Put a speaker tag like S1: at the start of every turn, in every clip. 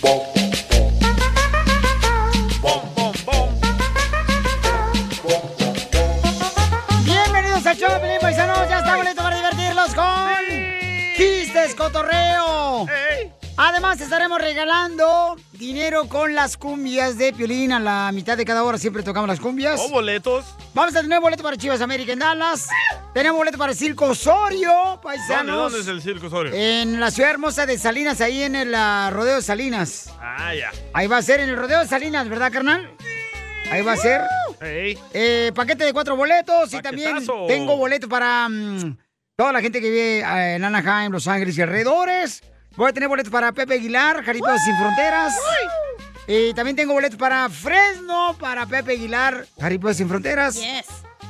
S1: Boom, boom, boom. Boom, boom, boom. Boom, boom, boom.
S2: Bienvenidos a show, de Pelín, Paisanos. Ya estamos listos para divertirlos con chistes, cotorreo. Además, estaremos regalando dinero con las cumbias de Piolín. A la mitad de cada hora siempre tocamos las cumbias.
S3: O Oh, boletos.
S2: Vamos a tener boleto para Chivas América en Dallas. Tenemos boleto para el Circo Osorio,
S3: ¿Dónde,
S2: paisanos. Eh,
S3: ¿Dónde es el circo Osorio?
S2: En la ciudad hermosa de Salinas, ahí en el ah, Rodeo de Salinas.
S3: Ah, ya.
S2: Ahí va a ser en el Rodeo de Salinas, ¿verdad, carnal? Ahí va a ser. Eh, paquete de cuatro boletos y también tengo boletos para mm, toda la gente que vive eh, en Anaheim, Los Ángeles y alrededores. Voy a tener boletos para Pepe Aguilar, Jaripas sin Fronteras. Y también tengo boletos para Fresno, para Pepe Aguilar, Jaripas sin Fronteras.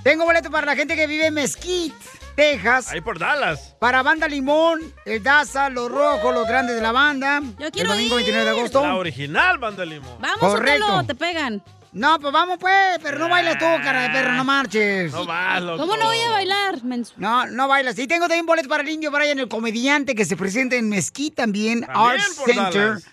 S2: Tengo boletos para la gente que vive en Mesquite, Texas.
S3: Ahí por Dallas.
S2: Para Banda Limón, el Daza, Los Rojos, Los Grandes de la Banda.
S4: quiero
S2: El domingo 29 de
S4: ir.
S2: agosto.
S3: La original Banda Limón.
S4: Vamos,
S2: Correcto.
S4: Otelo, te pegan.
S2: No, pues vamos, pues, pero no bailes tú, cara de perro, no marches.
S3: No vas, loco.
S4: ¿Cómo no voy a bailar, menso?
S2: No, no bailas. Y tengo también boletos para el Indio Brian, el comediante que se presenta en Mezquí también, Arts
S3: por
S2: Center.
S3: Dallas.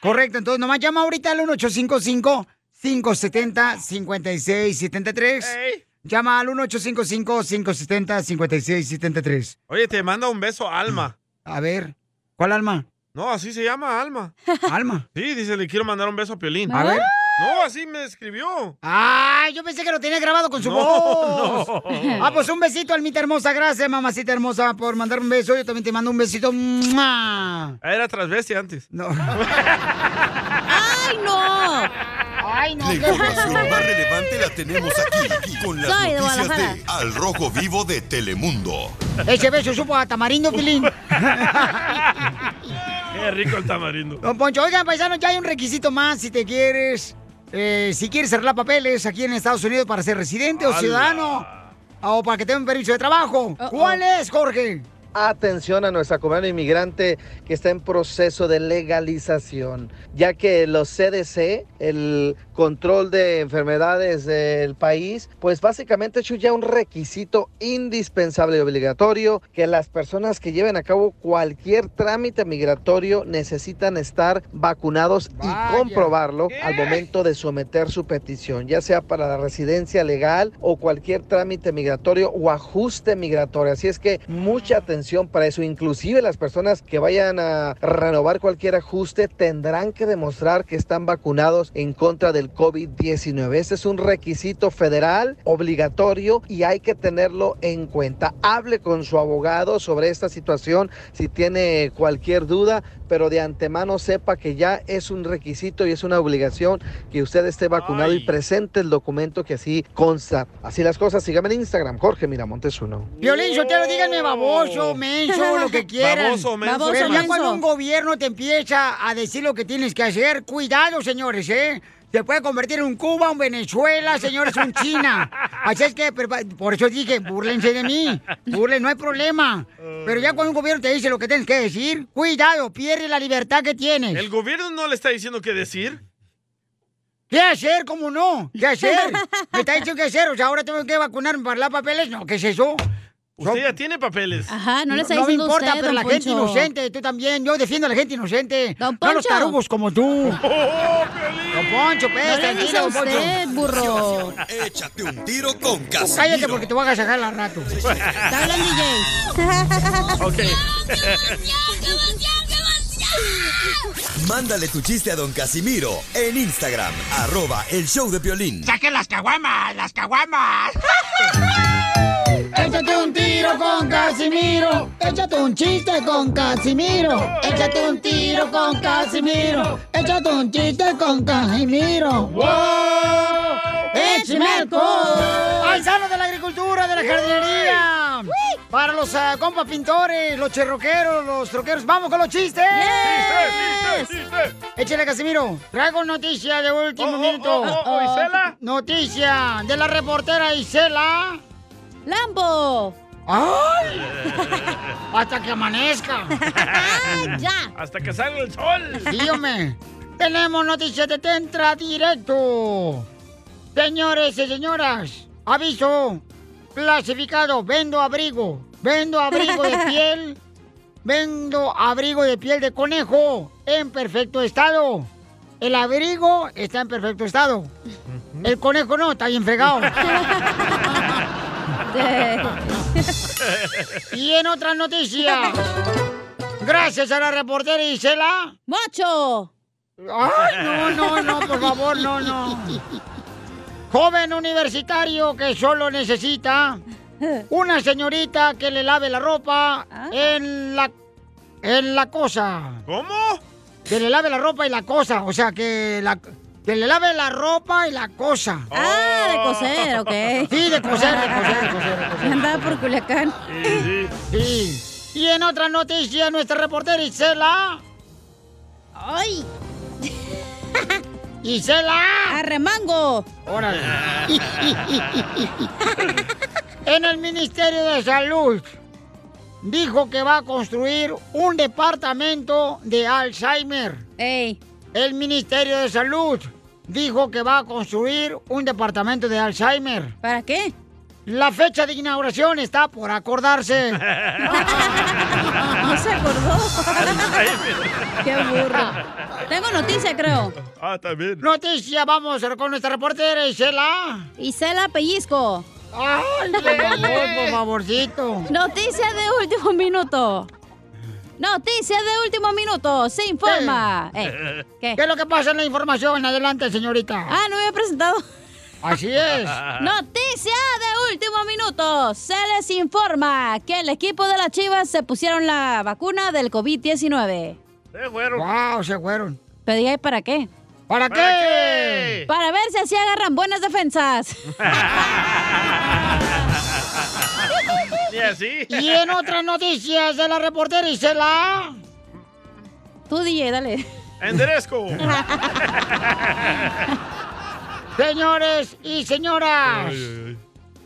S2: Correcto, entonces nomás llama ahorita al 1855 570 5673 Llama al 1855 570 5673
S3: Oye, te manda un beso Alma.
S2: A ver, ¿cuál alma?
S3: No, así se llama Alma.
S2: Alma.
S3: Sí, dice, le quiero mandar un beso a Piolín.
S2: A ver.
S3: No, así me escribió.
S2: Ah, yo pensé que lo tenía grabado con su
S3: No,
S2: voz.
S3: no.
S2: Ah, pues un besito, Almita hermosa. Gracias, mamacita hermosa, por mandarme un beso. Yo también te mando un besito. ¡Mua!
S3: Era transvesti antes. Ah,
S2: No.
S4: ¡Ay, no!
S2: ¡Ay, no!
S5: La información más relevante la tenemos aquí, aquí, con las
S2: Soy de
S5: noticias
S2: Guadalajara.
S5: de Al Rojo Vivo de Telemundo.
S2: Ese beso supo a tamarindo, Pilín.
S3: Qué rico el tamarindo.
S2: Don Poncho, oigan, paisano, ya hay un requisito más si te quieres. eh, si quieres arreglar papeles aquí en Estados Unidos para ser residente o
S6: ¡Hala!
S2: ciudadano. O para que tenga un permiso de trabajo. ¿Cuál es, Jorge?
S6: Atención a nuestra comunidad inmigrante que está en proceso de legalización, ya que los CDC, el control de enfermedades del país, pues básicamente es ya un requisito indispensable y obligatorio que las personas que lleven a cabo cualquier trámite migratorio necesitan estar vacunados y comprobarlo al momento de someter su petición, ya sea para la residencia legal o cualquier trámite migratorio o ajuste migratorio. Así es que mucha atención para eso. Inclusive las personas que vayan a renovar cualquier ajuste tendrán que demostrar que están vacunados en contra del COVID-19. Este es un requisito federal obligatorio y hay que tenerlo en cuenta. Hable con su abogado sobre esta situación si tiene cualquier duda, pero de antemano sepa que ya es un requisito y es una obligación que usted esté vacunado y presente el documento que así consta. Así las cosas, síganme en Instagram, Jorge Miramontes uno.
S2: Violín, Sotelo, díganme baboso, menso, lo que quieran.
S6: Baboso, menso,
S2: Pero ya
S6: menso.
S2: cuando un gobierno te empieza a decir lo que tienes que hacer, cuidado, señores, ¿eh? Se puede convertir en un Cuba, un Venezuela, señores, un China. Así es que, prepa- por eso dije, burlense de mí. Burlen, no hay problema. Pero ya cuando un gobierno te dice lo que tienes que decir, cuidado, pierde la libertad que tienes.
S3: El gobierno no le está diciendo qué decir.
S2: ¿Qué hacer? ¿Cómo no? ¿Qué hacer? Me está diciendo qué hacer. O sea, ahora tengo que vacunarme para las papeles. No, ¿qué es eso?
S3: Usted ya tiene papeles.
S4: Ajá, no le está
S2: No me
S4: diciendo
S2: importa,
S4: usted,
S2: pero
S4: don
S2: la
S4: Poncho.
S2: gente inocente, tú también. Yo defiendo a la gente inocente. No a los
S4: Poncho.
S2: tarugos como tú.
S3: ¡Oh,
S2: Don Poncho, pues,
S4: No le
S2: tranquilo,
S4: dice a
S2: don Poncho.
S4: usted, burro.
S5: Échate un tiro con
S2: Tú
S5: Casimiro.
S2: cállate porque te voy a sacar la rato.
S4: Está hablando DJ.
S5: Ok.
S4: ¡Qué
S7: Mándale tu chiste a don Casimiro en Instagram, arroba el show de violín.
S1: ¡Saquen las caguamas! ¡Las caguamas!
S2: Échate un tiro con Casimiro. Échate un chiste con Casimiro. Échate un tiro con Casimiro. Échate un chiste con Casimiro. ¡Wow! ¡Échame alcohol! ¡Paisanos de la agricultura, de la jardinería! Para los ah, compas pintores, los cherroqueros, los troqueros. ¡Vamos con los chistes! ¡Chistes, Échale, Casimiro. Traigo noticia de último
S1: Oh, oh,
S2: minuto.
S1: oh, oh, oh, ¿Isela?
S2: Noticia de la reportera Isela. ¡Lambo! ¡Ay! Hasta que amanezca. ¡Ya!
S3: Hasta que salga el sol.
S2: Dígame, tenemos noticias de Tentra Directo. Señores y señoras, aviso clasificado, vendo abrigo, vendo abrigo de piel, vendo abrigo de piel de conejo en perfecto estado. El abrigo está en perfecto estado. El conejo no, está bien fregado. Y en otra noticia, gracias a la reportera Isela. ¡Macho! ¡Ay, no, no, no, por favor, no, no! Joven universitario que solo necesita una señorita que le lave la ropa en la. en la cosa. ¿Cómo? Que le lave la ropa y la cosa, o sea, que la. Que le lave la ropa y la cosa. Ah, de coser, ok. Sí, de coser, de coser, de coser. de coser.
S4: Andaba por Culiacán.
S2: Sí. Y en otra noticia, nuestra reportera Isela. ¡Ay! ¡Isela! ¡Arremango! Órale. en el Ministerio de Salud dijo que va a construir un departamento de Alzheimer. El Ministerio de Salud dijo que va a construir un departamento de Alzheimer. ¿Para qué? La fecha de inauguración está por acordarse.
S4: No se acordó. Qué burro. Tengo noticia, creo.
S3: Ah, también.
S2: Noticia, vamos con nuestra reportera Isela.
S4: Isela Pellizco.
S2: Ay, por favor, por favorcito.
S4: Noticia de último minuto. Noticia de último minuto. Se informa. Eh,
S2: ¿Qué es lo que pasa en la información? Adelante, señorita.
S4: Ah, no había presentado.
S2: Así es.
S4: Noticia de último minuto. Se les informa que el equipo de las Chivas se pusieron la vacuna del COVID-19.
S3: Se fueron.
S2: Wow, se fueron.
S4: ¿Pedí ahí para qué?
S2: ¿Para qué?
S4: Para ver si así agarran buenas defensas.
S3: ¿Y así?
S2: Y en otras noticias de la reportera Isela.
S4: Tú, DJ, dale.
S3: Enderezco.
S2: Señores y señoras,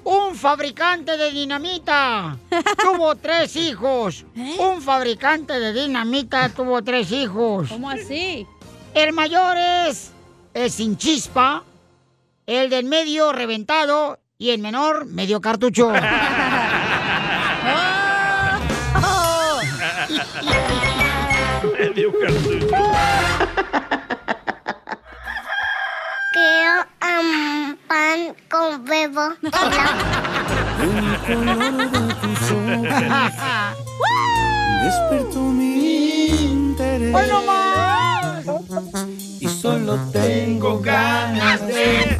S2: un fabricante de dinamita tuvo tres hijos.
S4: ¿Eh?
S2: Un fabricante de dinamita tuvo tres hijos.
S4: ¿Cómo así?
S2: El mayor es el sin chispa, el del medio reventado y el menor medio cartucho.
S3: Medio cartucho.
S1: Quiero um, pan con huevo.
S8: Despertó mi interés.
S1: ¡Bueno, más!
S8: Y solo tengo ganas de.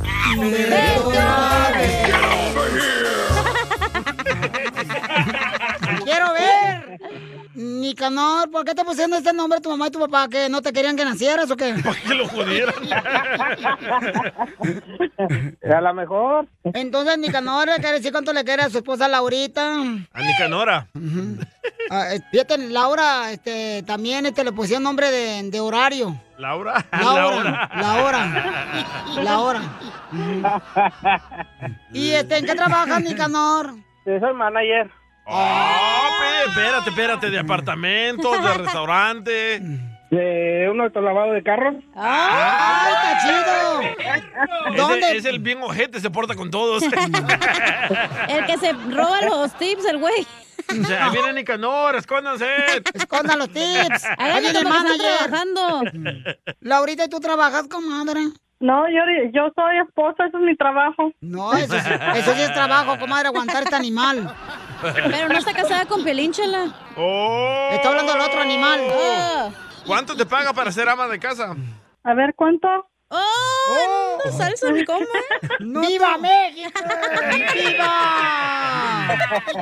S2: ¡Quiero ver! Nicanor, ¿por qué te pusieron este nombre tu mamá y tu papá? ¿Que no te querían que nacieras o qué?
S3: Que lo jodieran.
S2: A lo mejor. Entonces, Nicanor, ¿le quiere decir cuánto le quiere a su esposa Laurita?
S3: A Nicanora.
S2: Ah, eh, fíjate, Laura, este, también este, le pusieron nombre de, de horario.
S3: ¿Laura?
S2: Laura,
S3: Laura.
S2: La hora. ¿Y este, en qué trabajas, Nicanor?
S9: Soy manager.
S3: Oh, pe- espérate, espérate, de apartamentos, de restaurante.
S9: De un autolavado de carro.
S2: ¡Ay, está
S3: Es,
S2: chido!
S3: de-
S2: ¿Dónde?
S3: es el bien ojete, se porta con todos.
S4: El que se roba los tips, el güey.
S3: O sea, ahí viene Nicanor, escóndanse.
S2: Escondan los tips. Ahí
S4: Háganle
S2: viene el
S4: como que están
S2: manager.
S4: trabajando.
S2: Laurita, ¿y tú trabajas, comadre?
S9: No, yo, yo soy esposa, eso es mi trabajo.
S2: No, Oh, eso, sí- eso sí es trabajo, comadre, aguantar este animal.
S4: Pero no está casada con Pelínchela.
S3: Oh.
S2: Está hablando del otro animal.
S4: Oh.
S3: ¿Cuánto te paga para ser ama de casa?
S9: A ver, ¿cuánto?
S4: ¡Oh!
S3: no salsa ni coma.
S10: ¡Viva México!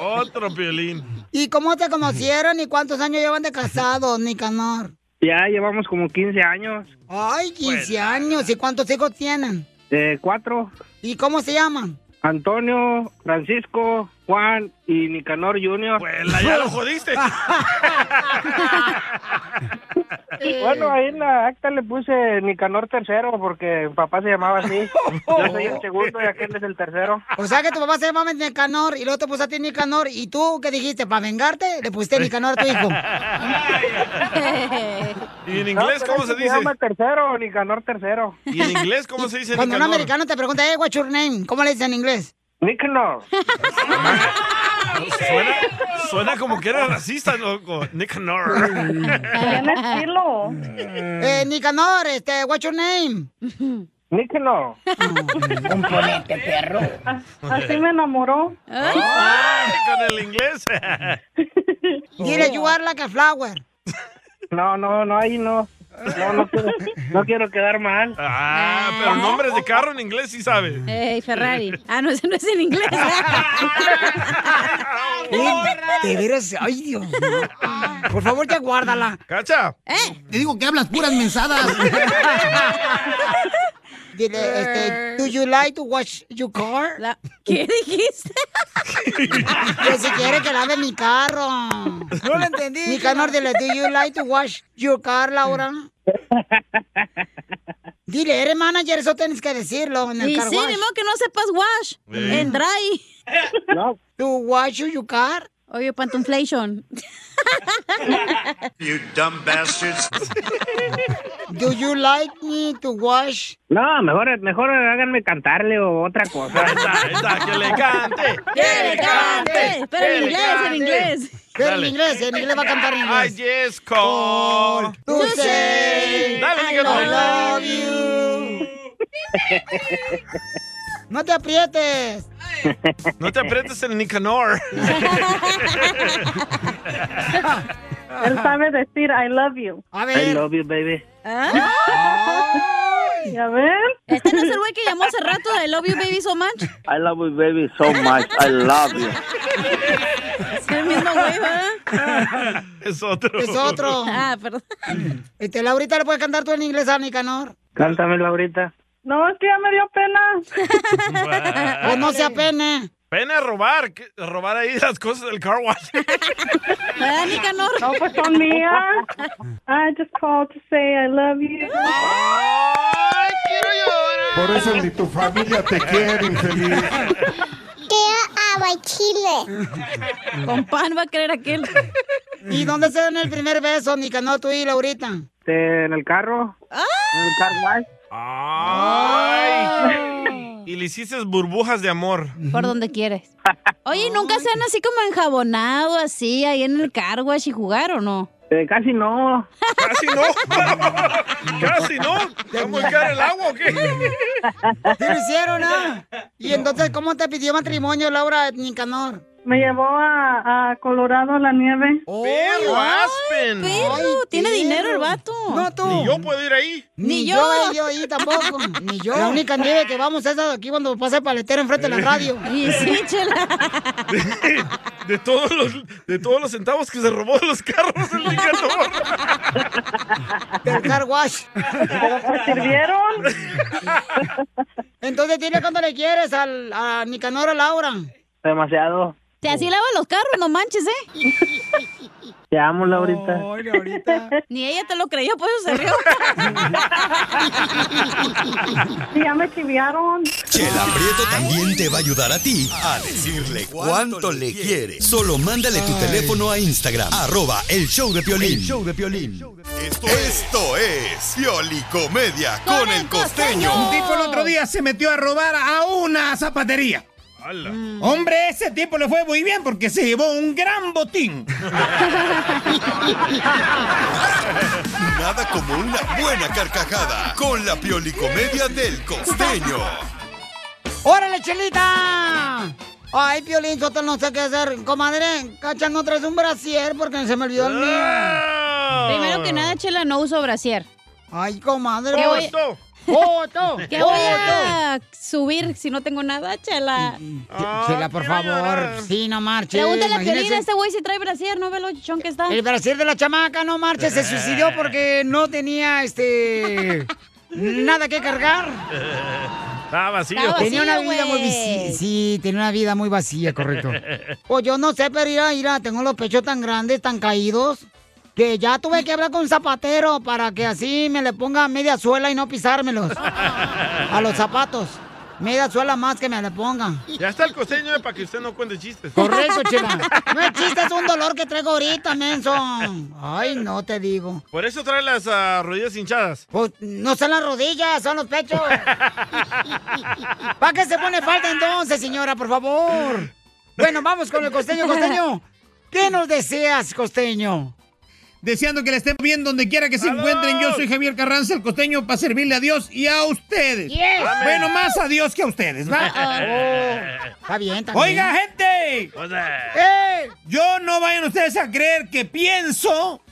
S3: Otro piolín.
S2: ¿Y cómo te conocieron y cuántos años llevan de casados, Nicanor?
S9: Ya llevamos como 15 años.
S2: Ay, 15 años. ¿Y cuántos hijos tienen?
S9: Eh, cuatro.
S2: ¿Y cómo se llaman?
S9: Antonio, Francisco, Juan y Nicanor Junior.
S3: Pues ya lo jodiste.
S9: bueno, ahí en la acta le puse Nicanor tercero porque mi papá se llamaba así. Yo soy el segundo y aquel es el tercero.
S2: O sea que tu papá se llamaba Nicanor y luego te pusiste Nicanor y tú, ¿qué dijiste? ¿Para vengarte? Le pusiste Nicanor a tu hijo.
S3: ¿Y en inglés
S9: No, pero
S3: cómo
S9: ese
S3: se dice?
S9: Se llama tercero, Nicanor tercero.
S3: ¿Y en inglés cómo se dice
S2: Cuando un
S3: Nicanor?
S2: americano te pregunta, hey, what's your name? ¿Cómo le dicen en inglés?
S9: Nicanor.
S3: Suena, suena como que era racista, loco. Nicanor.
S2: estilo. Eh, Nicanor, este, what's your name?
S9: Nicanor.
S2: Componente, perro.
S9: Así me enamoró.
S3: Ay, con el inglés.
S2: Dile, you are like a flower.
S9: No, no, no, ahí no. No, no quiero, no quiero quedar mal.
S3: Ah, pero nombres de carro en inglés sí sabes.
S9: Eh.
S4: Ey, Ferrari. Ah, no, ese no es en inglés.
S10: De veras, ay Dios. mío. Por favor, ya guárdala.
S3: ¡Cacha!
S10: ¿Eh? Te digo que hablas puras mensadas.
S2: Dile, este, do you like to wash your car?
S4: ¿Qué dijiste?
S2: que si quiere que lave mi carro. No lo entendí. Nicanor, dile, do you like to wash your car, Laura? Dile, eres manager, eso tienes que decirlo en el
S4: Y
S2: car
S4: sí,
S2: wash.
S4: ni modo que no sepas wash.
S2: Eh.
S4: En dry.
S9: No.
S2: ¿Tu wash your car?
S4: Oye, pantumflation.
S11: You dumb bastards.
S2: Do you like me to wash?
S9: No, mejor, mejor háganme cantarle o otra cosa.
S3: que le cante.
S4: ¡Que le cante! Pero en
S2: Que le
S4: inglés, en
S2: cante.
S4: inglés.
S2: Pero en inglés, en inglés va a cantar en
S3: I
S2: inglés.
S3: just call
S2: to say
S3: Dale,
S2: I
S3: Nicanor.
S2: love you. No te aprietes.
S3: No te aprietes el Nicanor.
S9: Él sabe decir I love
S2: you. A
S9: I
S2: ver.
S9: love you, baby.
S2: A ver.
S4: Ah. Este no es el güey que llamó hace rato de Love You Baby So Much.
S12: I love you, baby, so much. I love you.
S4: Es el mismo güey, ¿verdad?
S3: Es otro.
S2: Es otro.
S4: Ah, perdón.
S2: Este, Laurita, ¿le puedes cantar tú en inglés a Nicanor?
S9: Cántamela ahorita. No, es que ya me dio pena.
S2: O no se apene.
S3: Pena robar, ¿qué- robar ahí las cosas del car wash.
S4: Nicanor?
S9: No, pues son mías.
S4: Ah.
S9: I just called to say I love you.
S7: Por eso ni tu familia te quiere, infeliz.
S2: Quiero chile.
S4: Con pan va a querer aquel.
S2: ¿Y dónde se dan el primer beso, Nicanor, tú y Laurita? Ah,
S9: Este, en el carro. En el car wash. Ah.
S3: Ay. Y le hiciste burbujas de amor.
S4: Por donde quieres. Oye, ¿y ¿nunca se han así como enjabonado, así, ahí en el car wash y jugar o no?
S9: Eh, casi no.
S3: Casi no. Casi no. ¿Está muy caro el agua o qué?
S2: ¿Te lo hicieron, ah? ¿Y entonces cómo te pidió matrimonio, Laura, Nicanor? Oh,
S9: Me llevó a, a Colorado la nieve.
S3: Perro, Aspen.
S4: tiene dinero el vato.
S2: No, tú.
S3: Ni yo puedo ir ahí.
S2: Ni yo. Ni yo, y tampoco. Ni yo. La única nieve que vamos es aquí cuando pasa el paletero enfrente de la radio.
S4: Y sí, chela.
S3: De todos los, de todos los centavos que se robó de los carros el Nicanor.
S2: Del car wash.
S9: sirvieron?
S2: Entonces dile cuando le quieres al, a Nicanor a Laura.
S9: Demasiado.
S4: Te así lava los carros, no manches, ¿eh?
S9: Te amo, Laurita.
S4: Ni ella te lo creyó, por eso se rió.
S9: ya me chiviaron.
S13: Chela Prieto también te va a ayudar a ti a decirle cuánto le quiere. Solo mándale tu teléfono a Instagram, arroba el show de Piolín.
S5: El
S13: show de Piolín.
S5: Esto, esto es Pioli Comedia con el costeño.
S14: Un tipo el otro día se metió a robar a una zapatería. Hombre, ese tipo le fue muy bien porque se llevó un gran botín.
S5: Nada como una buena carcajada con la Pioli Comedia del costeño.
S2: ¡Órale, Chelita! Ay, Piolín, Sotelo, no sé qué hacer. Comadre, cacha, no traes un brasier porque se me olvidó el mío.
S4: Primero que nada, Chela, no uso brasier.
S2: Ay, comadre.
S4: ¿Qué voy,
S2: ¡Foto! ¡Foto!
S4: qué voy a subir si no tengo nada, Chela?
S2: Chela, por favor. Sí, no marches.
S4: Pregúntale a
S2: imagínese.
S4: Piolín, este güey si trae brasier, ¿no ve lo chichón que está?
S2: El brasier de la chamaca, no marches, se suicidó porque no tenía, este... nada que cargar.
S3: Estaba vacío.
S2: tenía una vida muy vici- Sí, tenía una vida muy vacía, correcto. Pues yo no sé, pero mira, mira, tengo los pechos tan grandes, tan caídos, que ya tuve que hablar con un zapatero para que así me le ponga media suela y no pisármelos a los zapatos. Media suela más que me le ponga.
S3: Ya está el costeño eh, para que usted no cuente chistes.
S2: Correcto, chela. No es chiste, es un dolor que traigo ahorita, menso. Ay, no te digo.
S3: Por eso trae las ah, rodillas hinchadas.
S2: Pues no son las rodillas, son los pechos. ¿Para qué se pone falta entonces, señora, por favor? Bueno, vamos con el costeño, costeño. ¿Qué nos deseas, costeño?
S14: Deseando que le estén bien donde quiera que se encuentren. Yo soy Javier Carranza, el costeño, para servirle a Dios y a ustedes.
S11: Yes. Amén.
S14: Bueno, más a Dios que a ustedes, ¿va? ah,
S2: Está bien,
S11: también.
S14: Oiga, gente.
S2: ¡Eh!
S14: Yo no vayan ustedes a creer que pienso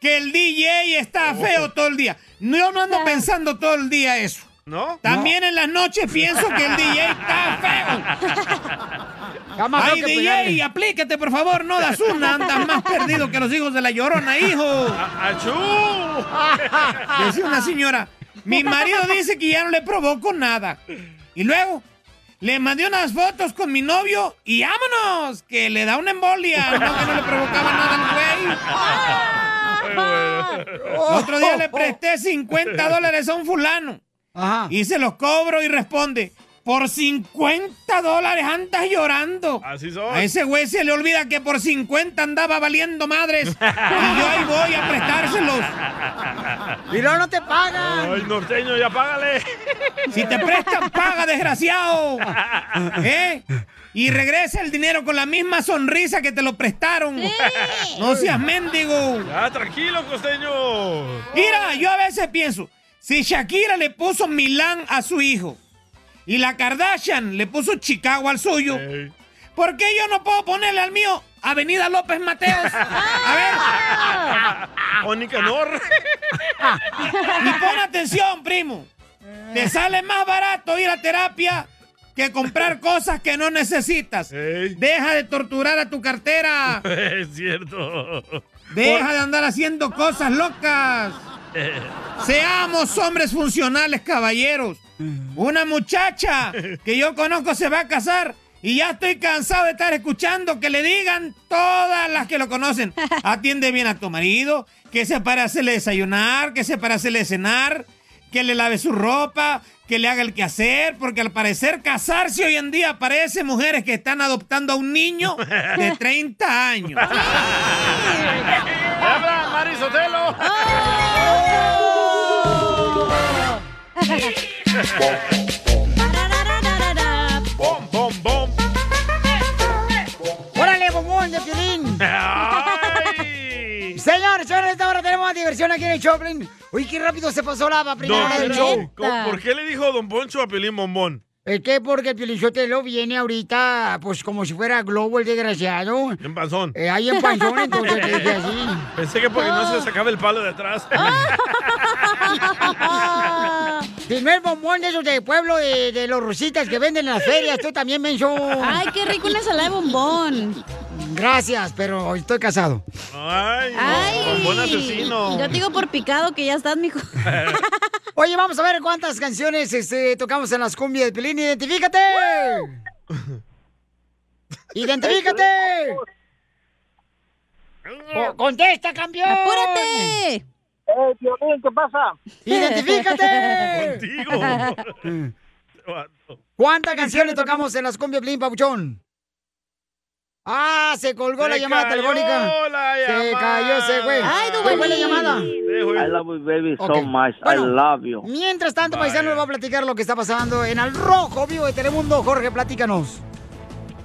S14: que el DJ está
S3: Oh.
S14: feo todo el día. No, Yo no ando pensando todo el día eso.
S3: ¿No?
S14: También en las noches pienso que el DJ está feo.
S11: más
S14: Ay,
S11: feo que
S14: DJ,
S11: pegarle.
S14: aplícate, por favor, no das una, andas más perdido que los hijos de la llorona, hijo.
S11: ¡Achú!
S14: Decía una señora, mi marido dice que ya no le provoco nada. Y luego, le mandé unas fotos con mi novio y vámonos, que le da una embolia. No, que no le provocaba nada al güey. Otro día le presté 50 dólares a un fulano. Y se los cobro y responde, por 50 dólares andas llorando.
S3: Así son.
S14: A ese güey se le olvida que por 50 andaba valiendo madres. y yo ahí voy a prestárselos.
S2: Y luego no te pagan.
S3: Ay, norteño, ya págale.
S14: Si te prestan, paga, desgraciado. ¿Eh? Y regresa el dinero con la misma sonrisa que te lo prestaron. No seas mendigo.
S3: Ya, tranquilo, costeño.
S14: Mira, yo a veces pienso, si Shakira le puso Milán a su hijo y la Kardashian le puso Chicago al suyo, ¿por qué yo no puedo ponerle al mío Avenida López Mateos? A ver.
S3: O Nicanor.
S14: Y pon atención, primo. Te sale más barato ir a terapia que comprar cosas que no necesitas. Deja de torturar a tu cartera.
S3: Es cierto.
S14: Deja de andar haciendo cosas locas. Seamos hombres funcionales, caballeros. Una muchacha que yo conozco se va a casar y ya estoy cansado de estar escuchando que le digan todas las que lo conocen. Atiende bien a tu marido, que se para hacerle desayunar, que se para hacerle cenar, que le lave su ropa, que le haga el quehacer, porque al parecer casarse hoy en día parece mujeres que están adoptando a un niño de 30 años.
S3: ¡Habla, Mari Sotelo! ¡Bom, bom, bom!
S2: ¡Órale, bombón de Piolín! Señores, señores, esta hora tenemos más diversión aquí en el Choplin. Uy, qué rápido se pasó la primera
S3: Don
S2: hora del
S3: Poncho,
S2: show.
S3: ¿cómo- ¿por qué le dijo Don Poncho a Pelín Bombón?
S2: Es que porque el Piolichotelo viene ahorita, pues como si fuera globo el desgraciado. En
S3: panzón.
S2: Eh, ahí en panzón, entonces le dije así.
S3: Pensé que porque no se sacaba el palo de atrás.
S2: Ah. Si Pues no es bombón de esos de pueblo de, de los rusitas que venden en las ferias, tú también, menso.
S4: Ay, qué rico una salada de bombón.
S2: Gracias, pero estoy casado.
S3: Ay,
S4: Ay.
S3: Bombón asesino.
S4: Yo te digo por picado que ya estás, mijo.
S2: Oye, vamos a ver cuántas canciones este, tocamos en las cumbias de Pelín. ¡Identifícate! ¡Identifícate! Co- Oh, ¡Contesta, campeón!
S4: ¡Apúrate!
S15: Eh, Piolín, ¿qué pasa?
S2: ¡Identifícate! ¿Cuántas canciones tocamos en las cumbias Pelín, Pabuchón? ¡Ah, se colgó la llamada telefónica! ¡Se cayó ese güey! ¿Cuál fue la llamada?
S9: I love you, baby, so
S2: Ok.
S9: much. I
S2: Bueno.
S9: love you.
S2: Mientras tanto, paisano, nos va a platicar lo que está pasando en Al Rojo Vivo de Telemundo. Jorge, platícanos.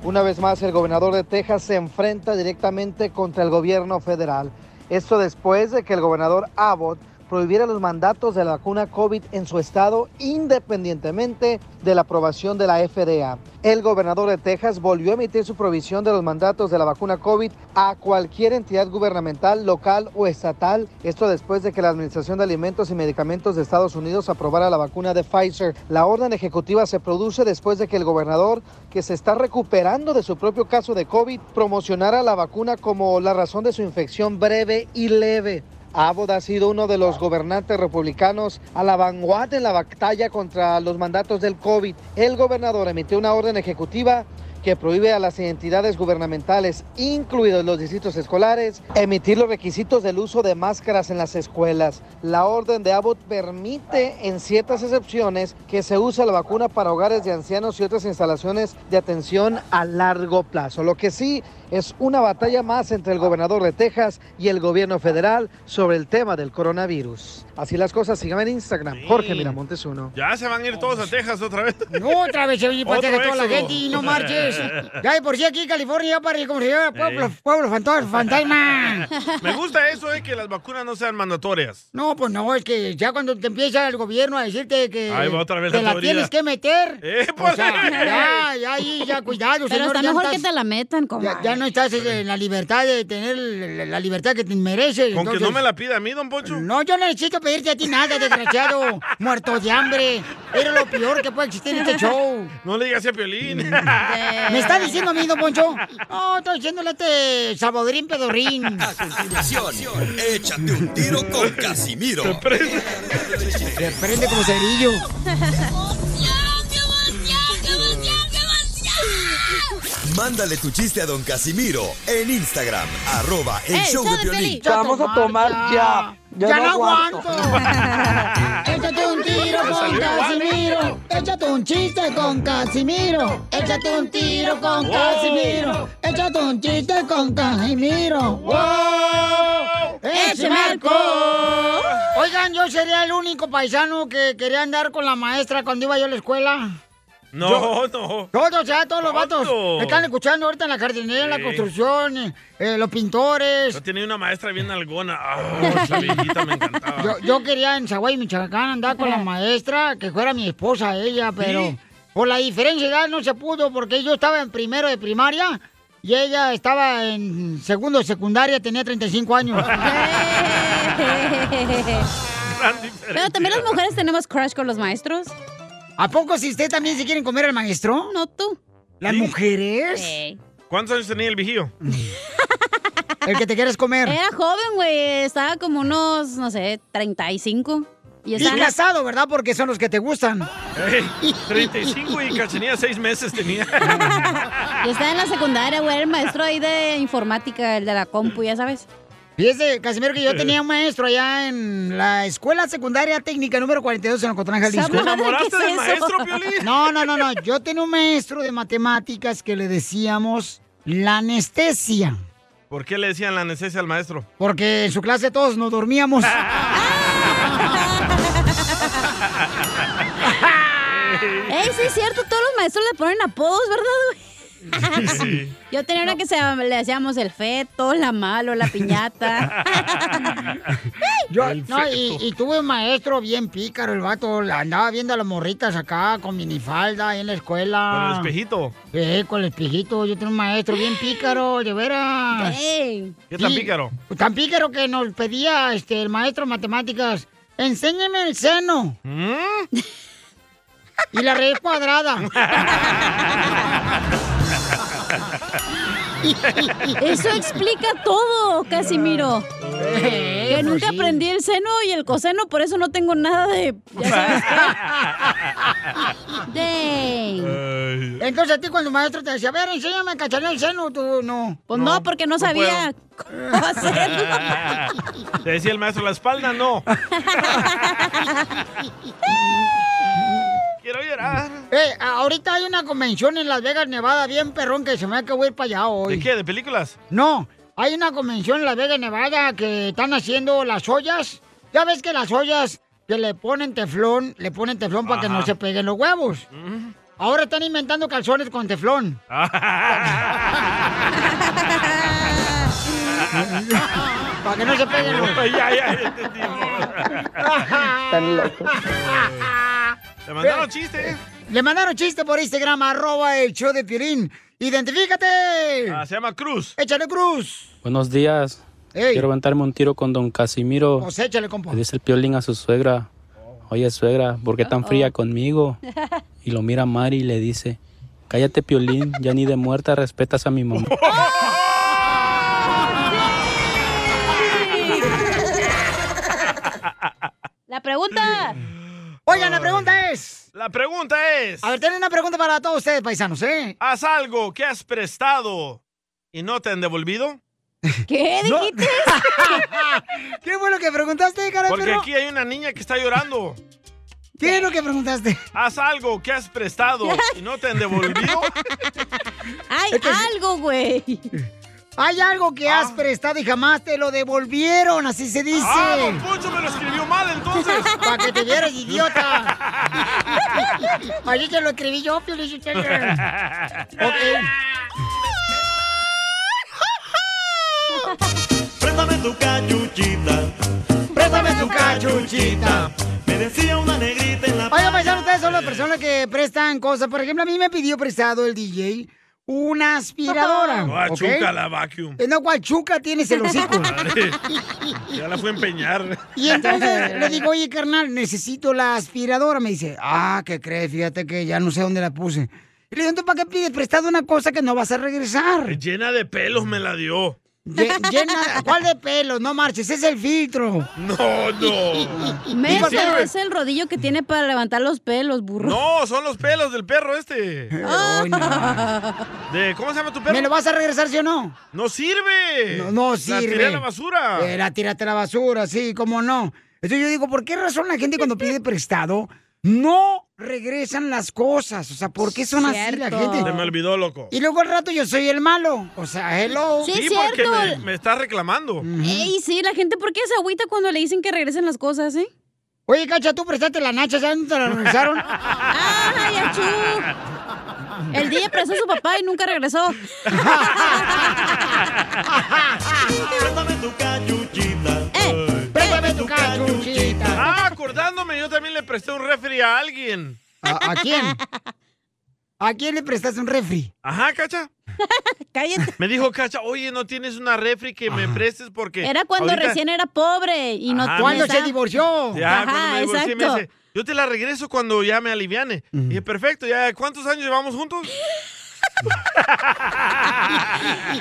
S6: Una vez más, el gobernador de Texas se enfrenta directamente contra el gobierno federal. Esto después de que el gobernador Abbott prohibiera los mandatos de la vacuna COVID en su estado independientemente de la aprobación de la FDA. El gobernador de Texas volvió a emitir su provisión de los mandatos de la vacuna COVID a cualquier entidad gubernamental, local o estatal. Esto después de que la Administración de Alimentos y Medicamentos de Estados Unidos aprobara la vacuna de Pfizer. La orden ejecutiva se produce después de que el gobernador, que se está recuperando de su propio caso de COVID, promocionara la vacuna como la razón de su infección breve y leve. Abbott ha sido uno de los gobernantes republicanos a la vanguardia en la batalla contra los mandatos del COVID. El gobernador emitió una orden ejecutiva que prohíbe a las entidades gubernamentales, incluidos los distritos escolares, emitir los requisitos del uso de máscaras en las escuelas. La orden de Abbott permite, en ciertas excepciones, que se use la vacuna para hogares de ancianos y otras instalaciones de atención a largo plazo. Lo que sí es una batalla más entre el gobernador de Texas y el gobierno federal sobre el tema del coronavirus. Así las cosas, síganme en Instagram, Jorge Miramontes uno.
S3: Ya se van a ir todos a Texas otra vez.
S2: Otra vez se va a ir para
S3: Otro
S2: Texas toda la
S3: éxodo.
S2: gente y no marches. Ya de por sí aquí California ya para como se llama pueblo, pueblo fanto- fantasma.
S3: Me gusta eso de que las vacunas no sean mandatorias.
S2: No, pues no, es que ya cuando te empieza el gobierno a decirte que
S3: Ahí va otra vez
S2: te
S3: la
S2: la
S3: teoría.
S2: tienes que meter.
S3: Eh,
S2: O sea, ya, ya, ahí, ya, cuidado,
S4: Pero
S2: señor,
S4: está
S2: ya
S4: mejor
S2: estás-
S4: que te la metan, comadre.
S2: Ya, ya no estás en la libertad de tener la- la libertad que te mereces.
S3: Con que no
S2: entonces-
S3: me la pida a mí, don Poncho.
S2: No, yo no necesito pedirte a ti nada, desgraciado. muerto de hambre. Era lo peor que puede existir en este show.
S3: No le digas a Piolín.
S2: ¿Me está diciendo a mí, don Poncho? No, estoy diciéndole a este sabodrín pedorrín.
S7: continuación, échate un tiro con Casimiro.
S2: Se prende como cerillo.
S7: Mándale tu chiste a don Casimiro en Instagram, arroba el
S1: ¡Ey,
S7: show de Piolín.
S1: Vamos a tomar ya.
S7: Ya no aguanto.
S2: Échate un tiro
S1: Me
S2: con
S1: salió igual, ¿eh?
S2: Casimiro. Échate un chiste con Casimiro. Échate un tiro con
S1: Wow.
S2: Casimiro. Échate un chiste con Casimiro. ¡Wow!
S1: ¡Échame alcohol!
S2: Oigan, yo sería el único paisano que quería andar con la maestra cuando iba yo a la escuela.
S3: No, no.
S2: Todos, ya, todos los vatos.
S3: Tonto.
S2: Me están escuchando ahorita en la jardinería, en la
S3: Sí.
S2: construcción, eh, eh, los pintores.
S3: Yo tenía una maestra bien algona. Ah, esa viejita me encantaba.
S2: Yo, yo quería en Zaguay, Michoacán, andar con la maestra, que fuera mi esposa ella, pero
S3: ¿Sí?
S2: por la diferencia de edad no se pudo, porque yo estaba en primero de primaria y ella estaba en segundo de secundaria, tenía 35 años.
S4: Pero también las mujeres tenemos crush con los maestros.
S2: ¿A poco si usted también se quieren comer al maestro?
S4: No, tú.
S2: ¿Las
S3: ¿Sí?
S2: mujeres?
S3: ¿Cuántos años tenía el vigío?
S2: El que te quieres comer.
S4: Era joven, güey. Estaba como unos, no sé, 35. Y,
S2: Y
S4: estaba en la-
S2: casado, ¿verdad? Porque son los que te gustan.
S3: Ey, 35 y cachanía 6 meses tenía.
S4: y estaba en la secundaria, güey. Era el maestro ahí de informática, el de la compu, ya sabes.
S2: Fíjese, Casimiro, que yo tenía un maestro allá en la Escuela Secundaria Técnica número 42 en Ocotlán, Jalisco.
S1: ¿Te enamoraste
S3: del maestro,
S1: Piolín?
S2: No, no, no, no. Yo tenía un maestro de matemáticas que le decíamos la anestesia.
S3: ¿Por qué le decían la anestesia al maestro?
S2: Porque en su clase todos nos dormíamos.
S3: Ah,
S4: Ey, sí es cierto, todos los maestros le ponen apodos, ¿verdad, güey?
S1: Sí.
S4: Yo tenía una que se, llama- le hacíamos el feto, la malo, la piñata.
S2: Yo- no, y, y tuve un maestro bien pícaro, el vato. la Andaba viendo a las morritas acá con minifalda ahí en la escuela.
S3: Con el espejito.
S2: Sí, Eh, con el espejito. Yo tenía un maestro bien pícaro, de veras.
S3: ¿Qué tan
S2: Sí,
S3: pícaro?
S2: Tan pícaro que nos pedía este, el maestro de matemáticas, enséñeme el seno.
S3: ¿Mm?
S2: Y la raíz cuadrada.
S4: Eso explica todo, Casimiro.
S1: Eh,
S4: que
S1: pues
S4: nunca
S1: sí.
S4: aprendí el seno y el coseno, por eso no tengo nada de. ya sabes qué.
S3: Dang.
S2: Entonces a ti cuando el maestro te decía, a ver, enséñame a cachar el seno, tú no.
S4: Pues no, porque no sabía cómo
S3: Te decía el maestro, la espalda no. Quiero llorar.
S2: Eh, ahorita hay una convención en Las Vegas, Nevada, bien perrón, que se me ha que voy a ir para allá hoy.
S3: ¿De qué? ¿De películas?
S2: No, hay una convención en Las Vegas, Nevada, que están haciendo las ollas. Ya ves que las ollas que le ponen teflón, le ponen teflón para que
S3: Ajá.
S2: no se peguen los huevos. Ahora están inventando calzones con teflón. Para que no se peguen.
S3: ya, este ya, ya entendimos.
S16: Tan loco.
S3: Te mandaron chistes.
S2: eh, Le mandaron chiste por Instagram, arroba el show de Piolín. ¡Identifícate!
S3: Ah, se llama Cruz.
S2: Échale Cruz.
S1: Buenos días.
S2: Ey.
S1: Quiero aventarme un tiro con don Casimiro.
S2: O sea, échale, compa.
S1: Le dice el piolín a su suegra. Oye, suegra, ¿por qué tan fría conmigo? Y lo mira Mari y le dice, cállate, piolín, ya ni de muerta respetas a mi mamá.
S4: La pregunta.
S2: Oigan, la pregunta es.
S3: La pregunta es.
S2: A ver, tienen una pregunta para todos ustedes, paisanos, ¿eh?
S3: ¿Haz algo que has prestado y no te han devolvido?
S4: ¿Qué
S3: No.
S2: dijiste? ¿Qué fue lo que preguntaste, cara de
S3: Porque
S2: perro?
S3: aquí hay una niña que está llorando.
S2: ¿Qué es lo que preguntaste?
S3: Haz algo que has prestado y no te han devolvido.
S4: Hay algo, güey. Ah.
S2: Hay algo que has prestado y jamás te lo devolvieron, así se dice.
S3: Ah, don Poncho me lo escribió mal entonces.
S2: Para que te vieras, idiota. Allí te lo escribí yo, Piolín Sotelo.
S11: Préstame tu cachuchita. Préstame tu cachuchita. Me decía una negrita en la.
S2: Oigan, paisanos, ustedes son las personas que prestan cosas. Por ejemplo, a mí me pidió prestado el DJ una aspiradora. ¿ok?
S3: Guachuca la Ah, vacuum.
S2: Eh, No, guachuca tienes el hocico.
S3: Ya la fue a empeñar.
S2: Y entonces le digo, oye, carnal, necesito la aspiradora. Me dice, ah, ¿qué crees? Fíjate que ya no sé dónde la puse. Y le digo, ¿entonces para qué pides prestado una cosa que no vas a regresar?
S3: Llena de pelos me la dio.
S2: Lle- llena- ¿Cuál de pelo? No marches, es el filtro.
S3: No, no.
S4: Me
S3: ¿En serio?
S4: es el rodillo que tiene para levantar los pelos, burro.
S3: No, son los pelos del perro este. De- ¿Cómo se llama tu perro?
S2: ¿Me lo vas a regresar, sí o no?
S3: No sirve.
S2: No, no
S3: La
S2: sirve.
S3: tiré a la basura.
S2: Eh, la tiraste a la basura, sí, cómo no. Entonces yo digo, ¿por qué razón la gente cuando pide prestado no regresan las cosas? O sea, ¿por qué son así la
S3: Se me
S2: gente?
S3: olvidó, loco.
S2: Y luego al rato yo soy el malo. O sea, hello.
S3: porque me, me está reclamando.
S4: Ey, sí, la gente, ¿por qué se agüita cuando le dicen que regresen las cosas, eh?
S2: Oye, Cacha, tú prestaste la nacha, ¿ya no te la regresaron?
S4: ¡Ay, achú! El día prestó a su papá y nunca regresó.
S11: Préstame tu cachuchita.
S2: Eh, Préstame tu cachuchita.
S3: Ah, acordándome, yo también le presté un refri a alguien.
S2: ¿A, a quién? ¿A quién le prestaste un refri?
S3: Ajá, Cacha.
S4: Cállate.
S3: Me dijo Cacha, oye, no tienes una refri que me prestes porque.
S4: Era cuando
S3: ahorita-
S4: recién era pobre y no
S3: Ajá,
S4: tenía
S3: cuando se
S4: esa-
S2: divorció.
S3: Ya, cuando
S4: Ajá,
S3: me divorcié, me
S4: exacto.
S3: dice, yo te la regreso cuando ya me aliviane. Y dije, perfecto, ya, ¿cuántos años llevamos juntos?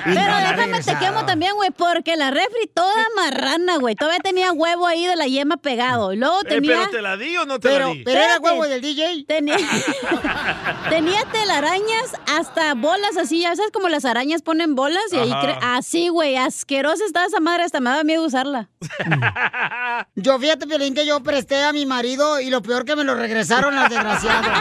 S4: Pero déjame te quemo también, güey, porque la refri toda marrana, güey. Todavía tenía huevo ahí de la yema pegado. Luego
S3: Eh,
S4: tenía.
S3: ¿Pero te la di o no te la di?
S4: Espérate.
S2: DJ.
S4: Tenía, tenía telarañas hasta bolas así, ya sabes como las arañas ponen bolas y ahí
S2: Ajá.
S4: cre- así, güey, asquerosa estaba esa madre, hasta me daba miedo usarla.
S2: Yo fíjate, Piolín, que yo presté a mi marido y lo peor que me lo regresaron las desgraciadas.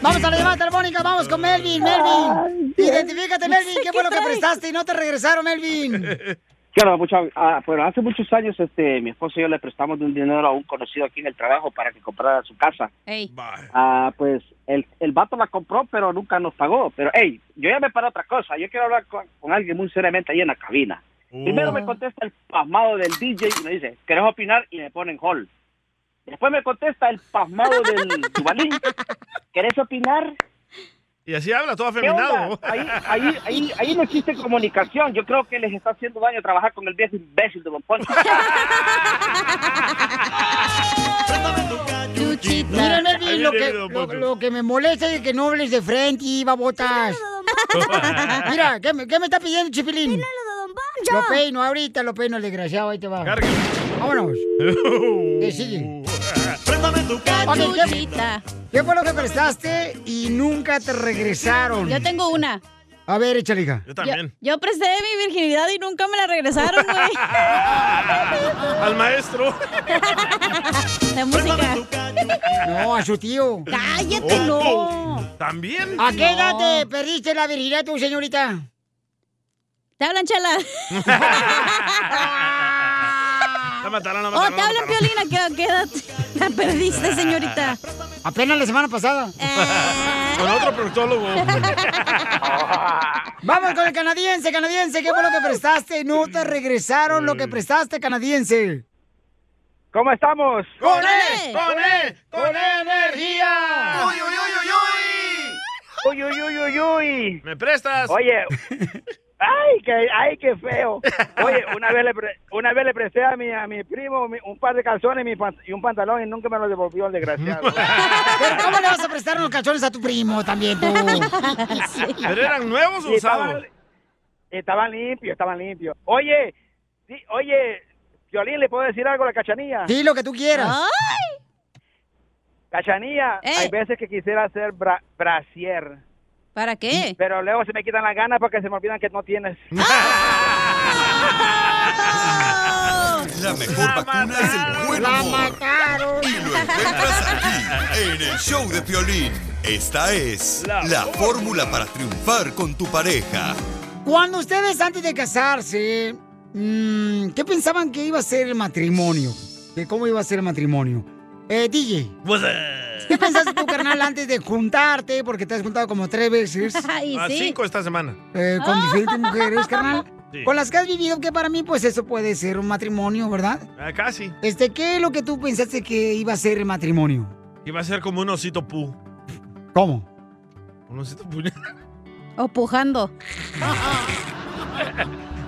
S2: Vamos a la llamada telefónica, vamos con Melvin, Melvin. Identifícate, Melvin, ¿qué fue lo que prestaste y no te regresaron, Melvin?
S9: ¿Qué onda, muchacho? Ah, bueno, hace muchos años este, mi esposo y yo le prestamos de un dinero a un conocido aquí en el trabajo para que comprara su casa. Ah, pues el, el vato la compró, pero nunca nos pagó. Pero, hey, yo llamé para otra cosa. Yo quiero hablar con, con alguien muy seriamente ahí en la cabina. Primero me contesta el pasmado del DJ y me dice, ¿querés opinar? Y me pone en hall. Después me contesta el pasmado del Dubalín, ¿querés opinar?
S3: Y así habla, todo
S9: ¿Qué onda?
S3: afeminado.
S9: Ahí, ahí, ahí, ahí no existe comunicación. Yo creo que les está haciendo daño trabajar con el viejo imbécil de Don Poncho.
S2: Mira, Melvin, lo que,
S11: Ahí viene Don
S2: lo-
S11: Poncho.
S2: lo que me molesta es que no hables de frente y babotas.
S11: Uh.
S2: Mira, ¿qué, me- qué me está pidiendo, Chipilín? Lo peino ahorita, lo peino el desgraciado, ahí te va. Vámonos. ¿Qué sigue?
S11: Préstame tu
S2: Ok, ¿qué,
S4: cachuchita.
S2: qué fue lo que prestaste y nunca te regresaron?
S4: Yo tengo una.
S2: A ver, échale, hija.
S3: Yo
S4: Yo, yo presté mi virginidad y nunca me la regresaron, güey.
S3: Al maestro.
S4: De música.
S2: No, a su tío.
S4: Cállate,
S3: Oh.
S4: no.
S3: ¿También?
S2: ¿A qué edad te perdiste la virginidad tú, señorita?
S4: Te hablan, chela.
S3: La mataron, la
S4: Oh,
S3: mataron.
S4: te hablan, Piolina, ¿qué, qué edad la perdiste, señorita? Eh,
S2: Apenas la semana pasada.
S3: Con otro proctólogo.
S2: Vamos con el canadiense, canadiense. ¿Qué fue lo que prestaste? No te regresaron lo que prestaste, canadiense.
S9: Mm. ¿Cómo estamos?
S11: ¡Con
S3: E!
S11: él! ¡Con él! ¡Con energía! ¡Uy, uy,
S9: Uy, uy, uy, uy, uy.
S3: ¿Me prestas?
S9: Oye, ay, que, ay, qué feo. Oye, una vez le, pre- una vez le presté a mi, a mi primo mi- un par de calzones y, mi pan- y un pantalón y nunca me lo devolvió el desgraciado.
S2: Pero ¿cómo le vas a prestar unos calzones a tu primo también tú?
S9: ¿Pero eran nuevos o usados? Estaban limpios, estaban limpios. Oye, di- oye, Violín, ¿le puedo decir algo a la cachanilla?
S2: Di lo que tú quieras.
S9: Cachanilla,
S4: Eh.
S9: hay veces que quisiera hacer bra brasier.
S4: ¿Para qué?
S9: Pero luego se me quitan las ganas porque se me olvidan que no tienes.
S5: La mejor vacuna es el buen
S11: La
S5: humor. Y lo encuentras aquí, en el show de Piolín. Esta es la, fórmula para triunfar con tu pareja.
S2: Cuando ustedes antes de casarse, mm, ¿qué pensaban que iba a ser el matrimonio? ¿De cómo iba a ser el matrimonio? Eh, DJ, ¿qué pensaste tú, carnal, antes de juntarte? Porque te has juntado como tres veces.
S9: Ah,
S3: A Ah, cinco esta semana. Ah.
S2: Eh, con diferentes mujeres, carnal.
S3: Sí.
S2: Con las que has vivido, que para mí, pues eso puede ser un matrimonio, ¿verdad?
S3: Ah, casi.
S2: Este, ¿qué es lo que tú pensaste que iba a ser el matrimonio?
S3: Iba a ser como un osito pu.
S2: ¿Cómo?
S3: Un osito pu.
S4: O pujando.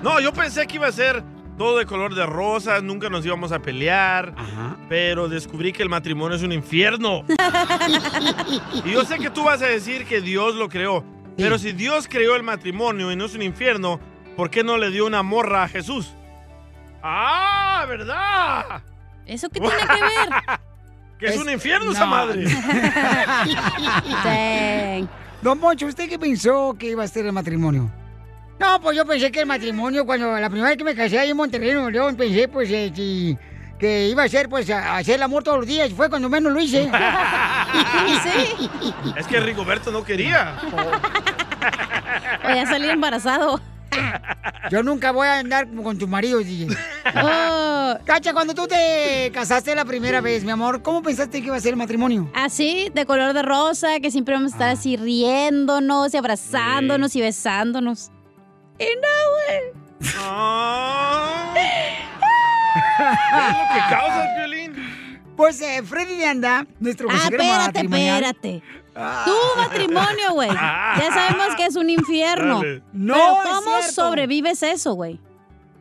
S3: No, yo pensé que iba a ser todo de color de rosa, nunca nos íbamos a pelear, pero descubrí que el matrimonio es un infierno. y yo sé que tú vas a decir que Dios lo creó, pero si Dios creó el matrimonio y no es un infierno, ¿por qué no le dio una morra a Jesús? ¡Ah, verdad!
S4: ¿Eso qué tiene que ver?
S3: Que es,
S4: Es-
S3: un infierno esa
S4: no.
S3: madre.
S2: Don Moncho, ¿usted qué pensó que iba a ser el matrimonio? No, pues yo pensé que el matrimonio, cuando la primera vez que me casé ahí en Monterrey, Nuevo León, pensé pues eh, que, que iba a ser pues a- a hacer el amor todos los días y fue cuando menos lo hice.
S3: Es que Rigoberto no quería.
S4: Voy a salir embarazado.
S2: Yo nunca voy a andar como con tu marido, DJ.
S4: Oh.
S2: Cacha, cuando tú te casaste la primera vez, mi amor, ¿cómo pensaste que iba a ser el matrimonio?
S4: Así, de color de rosa, que siempre vamos a estar así riéndonos y abrazándonos y besándonos. Y no, güey.
S3: Ah. ¿Ves lo que causa el violín?
S2: Pues eh, Freddy de Anda, nuestro
S4: Ah,
S2: consejero
S4: espérate,
S2: matrimonial- Ah.
S4: espérate. Tu matrimonio, güey. Ya sabemos que es un infierno.
S2: Dale. No,
S4: Pero
S2: es
S4: ¿cómo
S2: cierto.
S4: sobrevives eso, güey?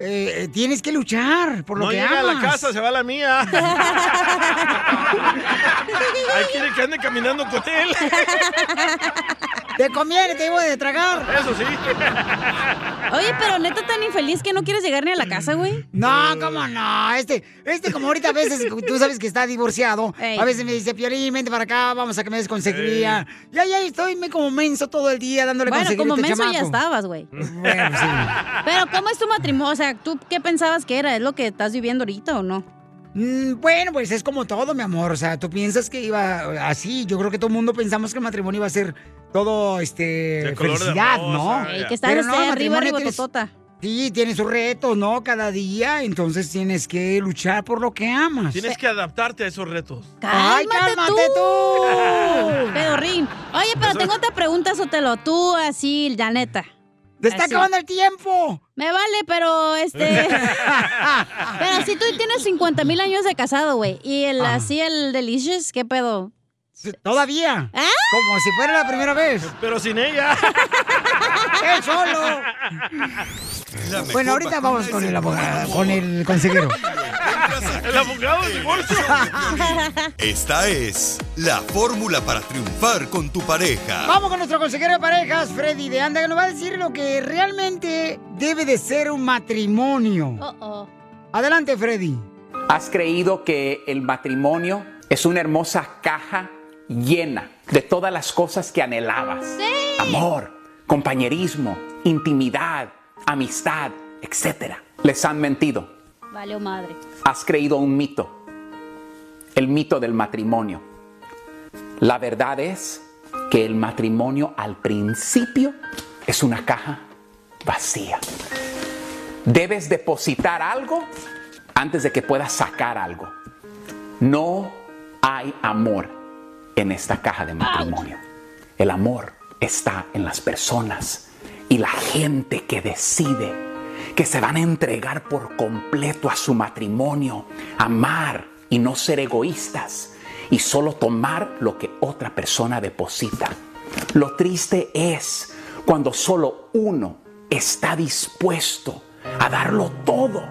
S2: Eh, eh, tienes que luchar por lo
S3: No
S2: que
S3: llega
S2: amas.
S3: a la casa, se va a la mía. Ahí quiere que ande caminando con él.
S2: Te conviene, te debo de tragar.
S3: Eso sí.
S4: Oye, pero neta tan infeliz que no quieres llegar ni a la casa, güey.
S2: No, cómo no. Este, este como ahorita a veces, tú sabes que está divorciado.
S4: Ey.
S2: A veces me dice, Piolín, vente para acá, vamos a que me des consejería. Ya, ya, estoy me como menso todo el día dándole
S4: Bueno,
S2: consejería
S4: como
S2: a este
S4: menso ya
S2: chamaco.
S4: estabas, güey.
S2: Bueno, sí.
S4: Pero ¿cómo es tu matrimonio? O sea, ¿tú qué pensabas que era? ¿Es lo que estás viviendo ahorita o no?
S2: Mm, Bueno, pues es como todo, mi amor. O sea, tú piensas que iba así. Yo creo que todo el mundo pensamos que el matrimonio iba a ser todo, este,
S11: De color de
S2: felicidad,
S11: rosa,
S2: ¿no?
S11: Ey,
S4: que estabas
S2: el
S4: usted arriba,
S2: matrimonio
S4: arriba,
S2: tienes- Sí, tiene sus retos, ¿no? Cada día. Entonces tienes que luchar por lo que amas.
S3: Tienes que adaptarte a esos retos.
S2: Ay, cálmate tú.
S4: Pedorrín. Oye, pero tengo otra pregunta, Sotelo. Tú, así, la neta.
S2: ¡Te está acabando el tiempo!
S4: Me vale, pero este... pero si tú tienes 50 mil años de casado, güey, y el
S2: Ah.
S4: así, el delicious, ¿qué pedo? pues.
S2: Todavía.
S4: ¿Ah?
S2: Como si fuera la primera vez.
S3: Pero sin ella.
S2: ¡Él solo! Bueno, ahorita vamos con el abogado, con el consejero.
S3: El abogado de divorcio.
S5: Esta es la fórmula para triunfar con tu pareja.
S2: Vamos con nuestro consejero de parejas, Freddy de Anda, que nos va a decir lo que realmente debe de ser un matrimonio.
S4: Oh.
S2: Adelante, Freddy.
S17: ¿Has creído que el matrimonio es una hermosa caja llena de todas las cosas que anhelabas? Amor, compañerismo, intimidad, amistad, etc. Les han mentido.
S4: Vale o madre.
S17: Has creído un mito. El mito del matrimonio. La verdad es que el matrimonio al principio es una caja vacía. Debes depositar algo antes de que puedas sacar algo. No hay amor en esta caja de matrimonio. El amor está en las personas, Y la gente que decide que se van a entregar por completo a su matrimonio, amar y no ser egoístas y solo tomar lo que otra persona deposita. Lo triste es cuando solo uno está dispuesto a darlo todo,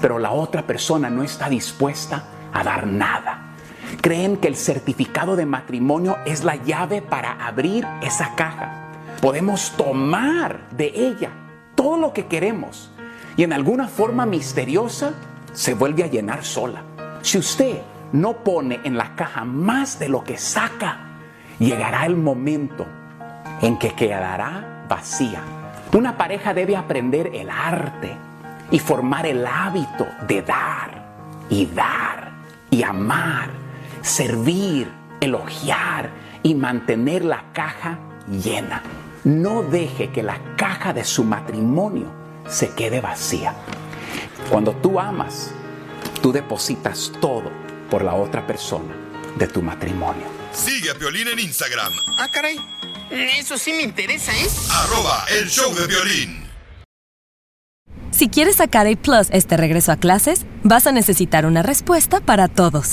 S17: pero la otra persona no está dispuesta a dar nada. Creen que el certificado de matrimonio es la llave para abrir esa caja. Podemos tomar de ella todo lo que queremos y en alguna forma misteriosa se vuelve a llenar sola. Si usted no pone en la caja más de lo que saca, llegará el momento en que quedará vacía. Una pareja debe aprender el arte y formar el hábito de dar y dar y amar, servir, elogiar y mantener la caja llena. No deje que la caja de su matrimonio se quede vacía. Cuando tú amas, tú depositas todo por la otra persona de tu matrimonio.
S5: Sigue a Piolín en Instagram,
S11: Ah, caray. Eso sí me interesa, ¿eh?
S5: arroba el show de violín.
S18: Si quieres sacar A Plus este regreso a clases, vas a necesitar una respuesta para todos.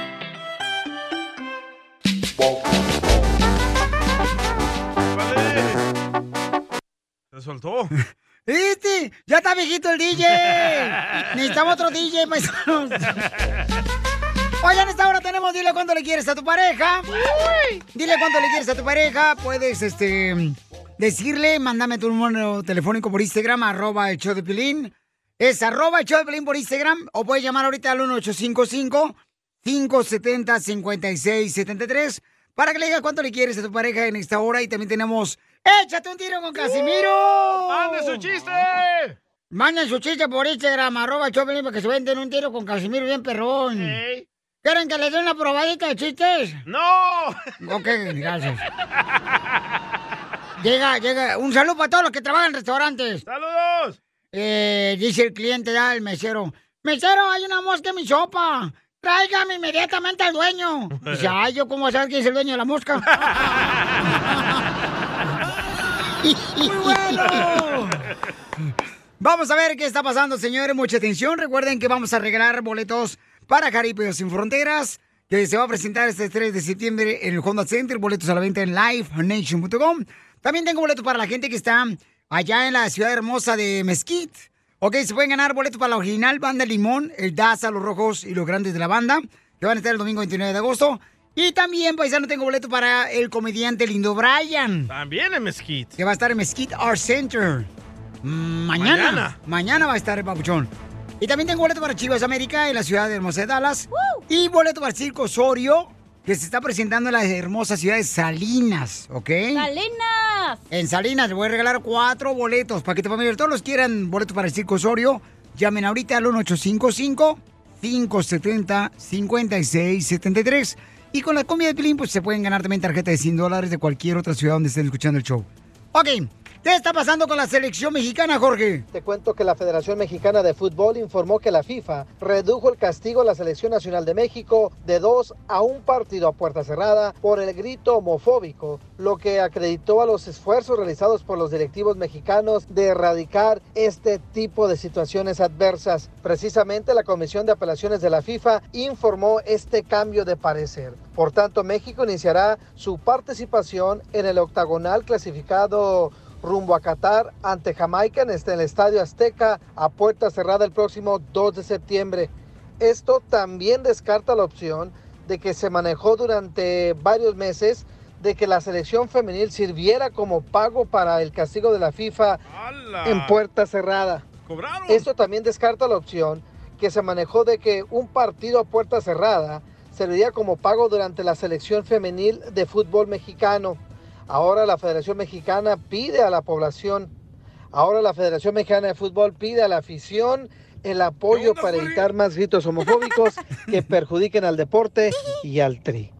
S3: Se soltó.
S2: ¿Viste? Ya está viejito el DJ. Necesitamos otro DJ, paisanos. Oigan, esta hora tenemos dile cuánto le quieres a tu pareja. Dile cuánto le quieres a tu pareja. Puedes, este, decirle, mándame tu número telefónico por Instagram, arroba el show de Pilín. Es arroba el show de Pilín por Instagram. O puedes llamar ahorita al 1855-570-5673 para que le digas cuánto le quieres a tu pareja en esta hora. Y también tenemos, échate un tiro con Casimiro.
S3: ¡Mande su chiste!
S2: Manden su chiste por Instagram, arroba el show de Piolín, para que se venden un tiro con Casimiro bien perrón. ¿Quieren que les dé una probadita de chistes?
S3: ¡No!
S2: Ok, gracias. Llega, llega. Un saludo para todos los que trabajan en restaurantes. Eh,
S3: ¡Saludos!
S2: dice el cliente, ya, el mesero. Mesero, hay una mosca en mi sopa. Tráigame inmediatamente al dueño. Dice, ay, yo cómo voy a saber quién es el dueño de la mosca. ¡Muy bueno! Vamos a ver qué está pasando, señores. Mucha atención. Recuerden que vamos a regalar boletos para Caripeos sin Fronteras, que se va a presentar este 3 de septiembre en el Honda Center. Boletos a la venta en livenation.com. También tengo boletos para la gente que está allá en la ciudad hermosa de Mesquite. Ok, se pueden ganar boletos para la original Banda Limón, el Daza, los Rojos y los Grandes de la Banda, que van a estar el domingo 29 de agosto. Y también, paisano, tengo boleto para el comediante Lindo Brian.
S3: También en Mesquite.
S2: Que va a estar en Mesquite Art Center. Mm, Mañana.
S3: Mañana.
S2: Mañana. va a estar el papuchón. Y también tengo boleto para Chivas América en la ciudad de Hermosa de Dallas. Y boleto para el Circo Osorio, que se está presentando en la hermosa ciudad de Salinas, ¿ok?
S4: ¡Salinas!
S2: En Salinas le voy a regalar cuatro boletos para que te familia todos los quieran boletos para el Circo Osorio. Llamen ahorita al 1855 570 5673 y con la comida de Pilín pues se pueden ganar también tarjeta de 100 dólares de cualquier otra ciudad donde estén escuchando el show. Ok, ¿qué está pasando con la selección mexicana, Jorge?
S6: Te cuento que la Federación Mexicana de Fútbol informó que la FIFA redujo el castigo a la Selección Nacional de México de dos a un partido a puerta cerrada por el grito homofóbico, lo que acreditó a los esfuerzos realizados por los directivos mexicanos de erradicar este tipo de situaciones adversas. Precisamente la Comisión de Apelaciones de la FIFA informó este cambio de parecer. Por tanto, México iniciará su participación en el octagonal clasificado rumbo a Qatar ante Jamaica en este- en el Estadio Azteca a puerta cerrada el próximo 2 de septiembre. Esto también descarta la opción de que se manejó durante varios meses de que la selección femenil sirviera como pago para el castigo de la FIFA en puerta cerrada. Esto también descarta la opción que se manejó de que un partido a puerta cerrada serviría como pago durante la selección femenil de fútbol mexicano. Ahora la Federación Mexicana pide a la población, ahora la Federación Mexicana de Fútbol pide a la afición el apoyo para evitar más gritos homofóbicos que perjudiquen al deporte y al tri.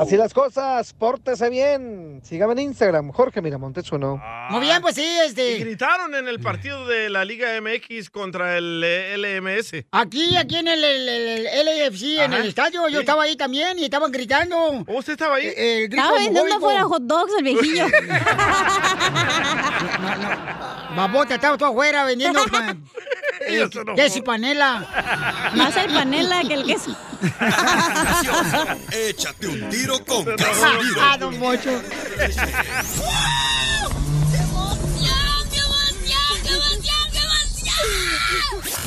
S6: Así las cosas, pórtese bien. Sígame en Instagram, Jorge Miramontes uno.
S2: Muy bien, pues sí,
S3: Ah, Y
S2: este.
S3: gritaron en el partido de la Liga MX contra el eh, LMS.
S2: Aquí, aquí en el, el- el- el LFC, en
S3: Ajá.
S2: el estadio, yo
S3: Sí.
S2: estaba ahí también y estaban gritando.
S3: ¿Usted estaba ahí?
S2: El, grito
S4: Estaba vendiendo
S2: homofóbico.
S4: fuera hot dogs el viejillo.
S2: Babota, estaba tú afuera vendiendo pa- eh,
S4: Ellos son
S2: queso y panela.
S4: Más el panela que el queso.
S5: Échate un tiro con
S2: Ah,
S5: Casimiro.
S2: don Mocho.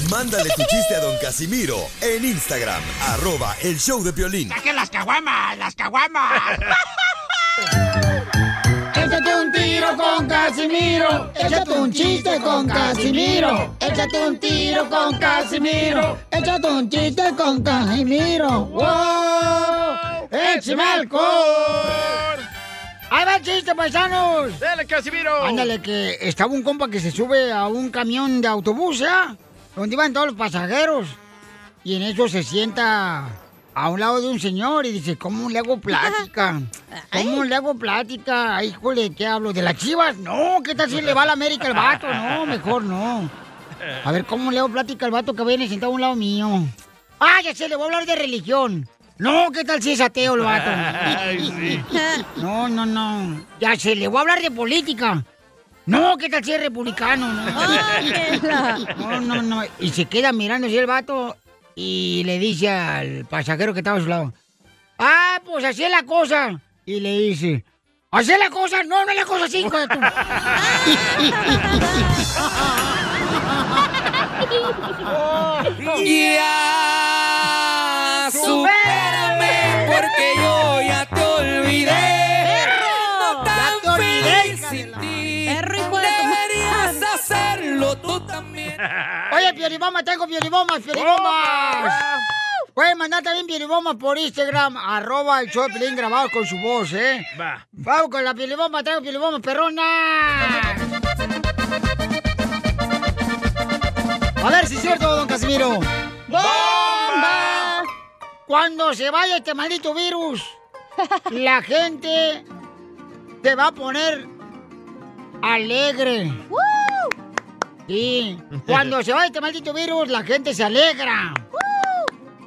S5: Mándale tu chiste a don Casimiro en Instagram, arroba el show de violín.
S11: ¡Saquen las caguamas! ¡Las caguamas!
S2: Échate un tiro con Casimiro. Échate un chiste con Casimiro. Échate un tiro con Casimiro. Échate un chiste con Casimiro. ¡Wow! ¡Échame alcohol! ¡Ahí va el chiste, paisanos!
S3: ¡Dale, Casimiro!
S2: Ándale, que estaba un compa que se sube a un camión de autobús, ¿ya? Donde iban todos los pasajeros. Y en eso se sienta a un lado de un señor y dice, ¿cómo le hago plática? ¿Cómo le hago plática? Ay, Híjole, ¿qué hablo? ¿De las chivas? No, ¿qué tal si le va a la América el vato? No, mejor no. A ver, ¿cómo le hago plática al vato que viene sentado a un lado mío? Ah, ya sé, le voy a hablar de religión. No, ¿qué tal si es ateo el vato?
S11: Ay,
S2: No, no, no. Ya sé, le voy a hablar de política. No, ¿qué tal si es republicano? No, no, no. no. Y se queda mirando así el vato y le dice al pasajero que estaba a su lado. Ah, pues así es la cosa. Y le dice, ¿así es la cosa? No, no es la cosa así, hijo de tu...
S11: Ya, supérame porque yo ya te olvidé. No tan feliz sin ti. Deberías hacerlo tú también.
S2: Oye, Pioriboma, tengo Pioribomas, Pioribomas. Pueden mandar también Pioribomas por Instagram, arroba el show de Piolín grabado con su voz, ¿eh?
S3: Va.
S2: Vamos con la Pioriboma, traigo Pioriboma, perrona. A ver si es cierto, don Casimiro. ¡Bomba! Cuando se vaya este maldito virus, la gente se va a poner alegre. Sí, cuando se va este maldito virus, la gente se alegra.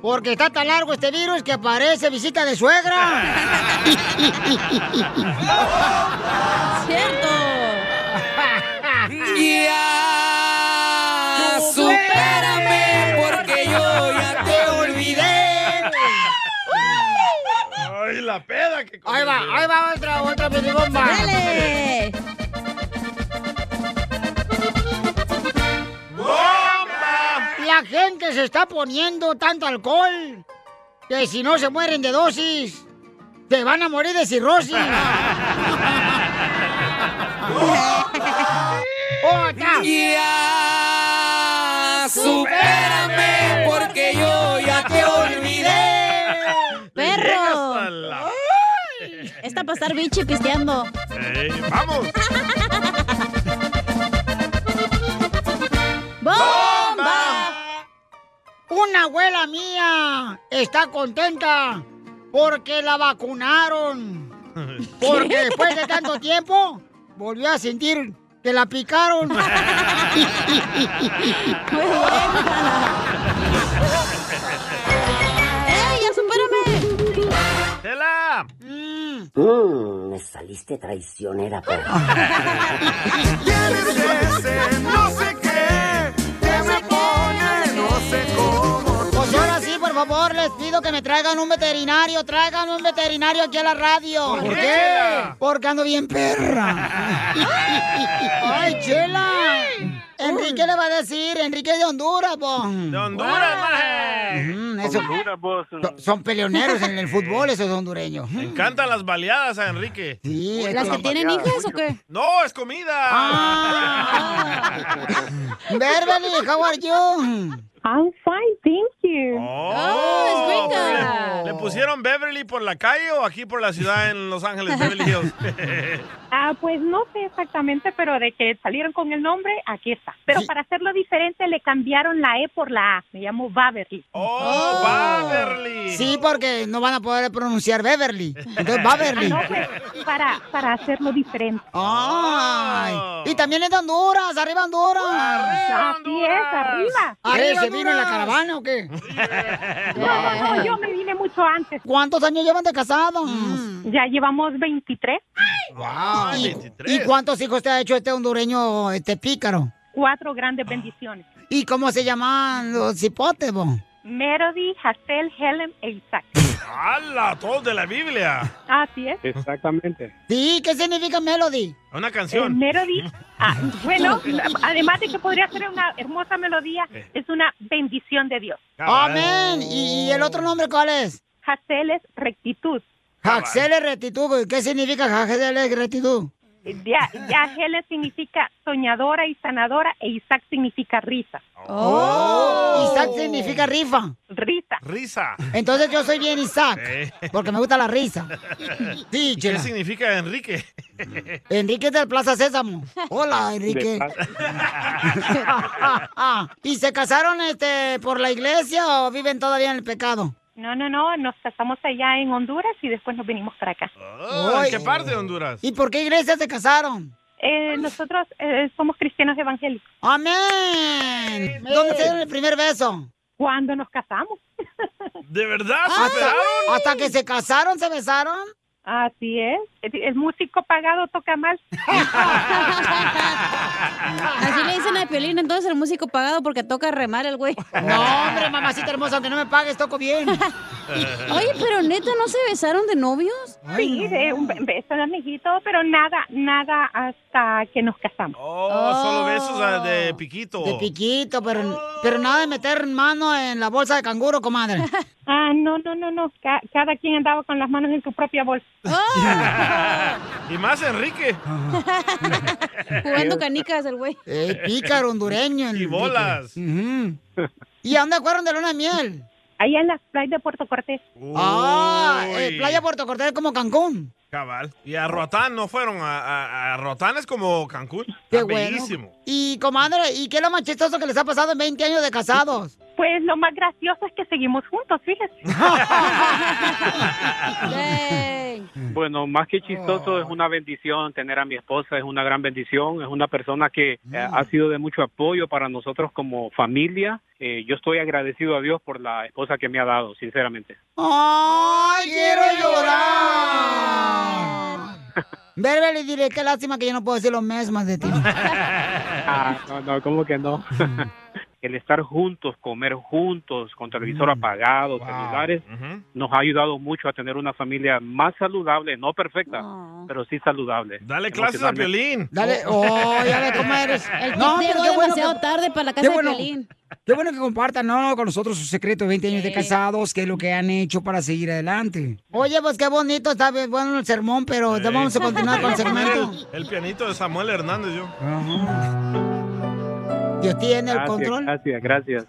S2: Porque está tan largo este virus que parece visita de suegra.
S11: Cierto. Ya, supérame porque yo ya te olvidé.
S3: ¡Ay, la peda que
S2: Ahí va, ahí va otra, otra bomba.
S11: ¡Dale!
S2: La gente se está poniendo tanto alcohol que si no se mueren de dosis, se van a morir de cirrosis. Otra.
S11: Ya, supérame porque yo ya te olvidé.
S4: ¡Perro! Está para estar bichi pisteando.
S2: ¡Ah,
S3: ¡Vamos!
S2: ¡Bomba! Una abuela mía está contenta porque la vacunaron. Porque después de tanto tiempo volvió a sentir que la picaron.
S4: ¡Ey, ya supérame!
S3: ¡Tela!
S2: Mm.
S19: Mmm, me saliste traicionera, perro.
S11: no sé qué, que me pone no sé cómo.
S2: Pues ahora sí, por favor, les pido que me traigan un veterinario. Traigan un veterinario aquí a la radio.
S11: ¿Por qué, Chela?
S2: Porque ando bien perra. ¡Ay, chela! Enrique le va a decir, Enrique es de Honduras, po. De
S3: Honduras, maje.
S2: Honduras, eh. Son peleoneros en el fútbol esos hondureños.
S3: Me encantan las baleadas a Enrique.
S2: Sí, ¿Las que tienen hijas o qué? Ah.
S3: No, es comida.
S2: Beverly, how are you?
S20: I'm fine, thank you.
S3: Oh,
S20: es
S3: Le pusieron Beverly por la calle o aquí por la ciudad en Los Ángeles, Beverly Hills?
S21: Ah, pues no sé exactamente, pero de que salieron con el nombre, aquí está. Pero para hacerlo diferente, le cambiaron la E por la A. Me llamo Beverly.
S3: ¡Oh, Beverly!
S2: Sí, porque no van a poder pronunciar Beverly. Entonces, Beverly.
S21: Ah, no, pues, para, para hacerlo diferente.
S2: ¡Ay! Y también es de Honduras, arriba Honduras.
S21: Así es, arriba.
S2: ¿Qué, ¿Se vino en la caravana o qué?
S21: No, no, yo me vine mucho antes.
S2: ¿Cuántos años llevan de casados?
S21: Ya llevamos 23.
S2: Wow. ¿Y, y cuántos hijos te ha hecho este hondureño, este pícaro?
S21: Cuatro grandes bendiciones.
S2: ¿Y cómo se llaman los cipotes, vos?
S21: Melody, Hazel, Helen e Isaac.
S3: ¡Hala! Todos de la Biblia.
S21: Así es.
S22: Exactamente.
S2: Sí, ¿qué significa Melody?
S3: Una canción.
S21: Eh, melody. Ah, bueno, además de que podría ser una hermosa melodía, es una bendición de Dios.
S2: Amén. ¿Y el otro nombre cuál es?
S21: Hazel es rectitud.
S2: Haxel es rectitud. ¿Qué significa Haxel es rectitud?
S21: Ya, ya Helen significa soñadora y sanadora e Isaac significa risa.
S2: Oh. Isaac significa rifa.
S21: Risa.
S3: Risa. Eh.
S2: Entonces yo soy bien Isaac, porque me gusta la risa. Sí,
S3: ¿Y ¿Qué
S2: chela.
S3: significa Enrique?
S2: Enrique es del Plaza Sésamo. Hola, Enrique. ¿Y se casaron este por la iglesia o viven todavía en el pecado?
S21: No, no, no, nos casamos allá en Honduras y después nos venimos para acá.
S3: Oh, ¿En qué parte de Honduras?
S2: ¿Y por qué iglesia se casaron?
S21: Eh, nosotros eh, somos cristianos evangélicos.
S2: ¡Amén! ¿Dónde se dieron el primer beso?
S21: Cuando nos casamos.
S3: ¿De verdad?
S21: Ah,
S3: ¿Se
S2: ¿Hasta,
S3: operaron?
S2: hasta que se casaron, se besaron?
S21: Así es. El, el músico pagado toca mal.
S4: Así le dicen a Piolín, entonces el músico pagado porque toca remar el güey.
S2: No, hombre, mamacita hermosa, aunque no me pagues, toco bien.
S4: Oye, pero neta, ¿no se besaron de novios?
S21: Sí, de un be- beso de amiguito, pero nada, nada hasta que nos casamos. Oh.
S3: Oh, solo besos ah, de piquito.
S2: Oh. De Oh. piquito, pero, pero nada de meter mano en la bolsa de canguro, comadre.
S21: Ah, no, no, no, no. Ca- cada quien andaba con las manos en su propia bolsa.
S4: Oh.
S3: y más Enrique.
S4: Jugando canicas el güey.
S2: Eh, pícaro hondureño.
S3: Y bolas.
S2: ¿Y a dónde fueron de luna de miel?
S21: Ahí en las playas de Puerto Cortés.
S2: Ah, eh,
S3: Uy.
S2: playa Puerto Cortés es como Cancún.
S3: Cabal. Y a Roatán no fueron. A, a- a Roatán es como Cancún.
S2: Qué
S3: Está
S2: bueno.
S3: bellísimo.
S2: Y comadre, ¿y qué es lo más chistoso que les ha pasado en 20 años de casados?
S21: Pues lo más gracioso es que seguimos juntos, fíjese. Bueno, más que chistoso, es una bendición tener a mi esposa, es una gran bendición, es una persona que eh,
S3: Mm.
S21: ha sido de mucho apoyo para nosotros como familia. Eh, yo estoy agradecido a Dios por la esposa que me ha dado, sinceramente.
S2: ¡Ay, quiero llorar! Beverly, diré, qué lástima que yo no puedo decir lo mismo de ti.
S21: Ah, no, no, ¿cómo que no? El estar juntos, comer juntos, con televisor
S3: Mm.
S21: apagado, celulares, nos ha ayudado mucho a tener una familia más saludable, no perfecta, pero sí saludable.
S3: Dale clases a Piolín.
S2: Dale, oh, ya ve cómo eres.
S4: El no,
S2: No, pero
S4: llegó
S2: qué bueno
S4: demasiado
S2: que-
S4: tarde para la
S2: qué
S4: casa
S2: bueno.
S4: de Piolín.
S2: Qué bueno que compartan ¿no? con nosotros sus secretos de 20 años de casados, qué es lo que han hecho para seguir adelante. Oye, pues qué bonito, está bien bueno el sermón, pero ya vamos a continuar con el segmento.
S3: El, el pianito de Samuel Hernández, yo.
S2: Dios tiene el
S21: Gracias,
S2: control.
S21: Gracias, gracias.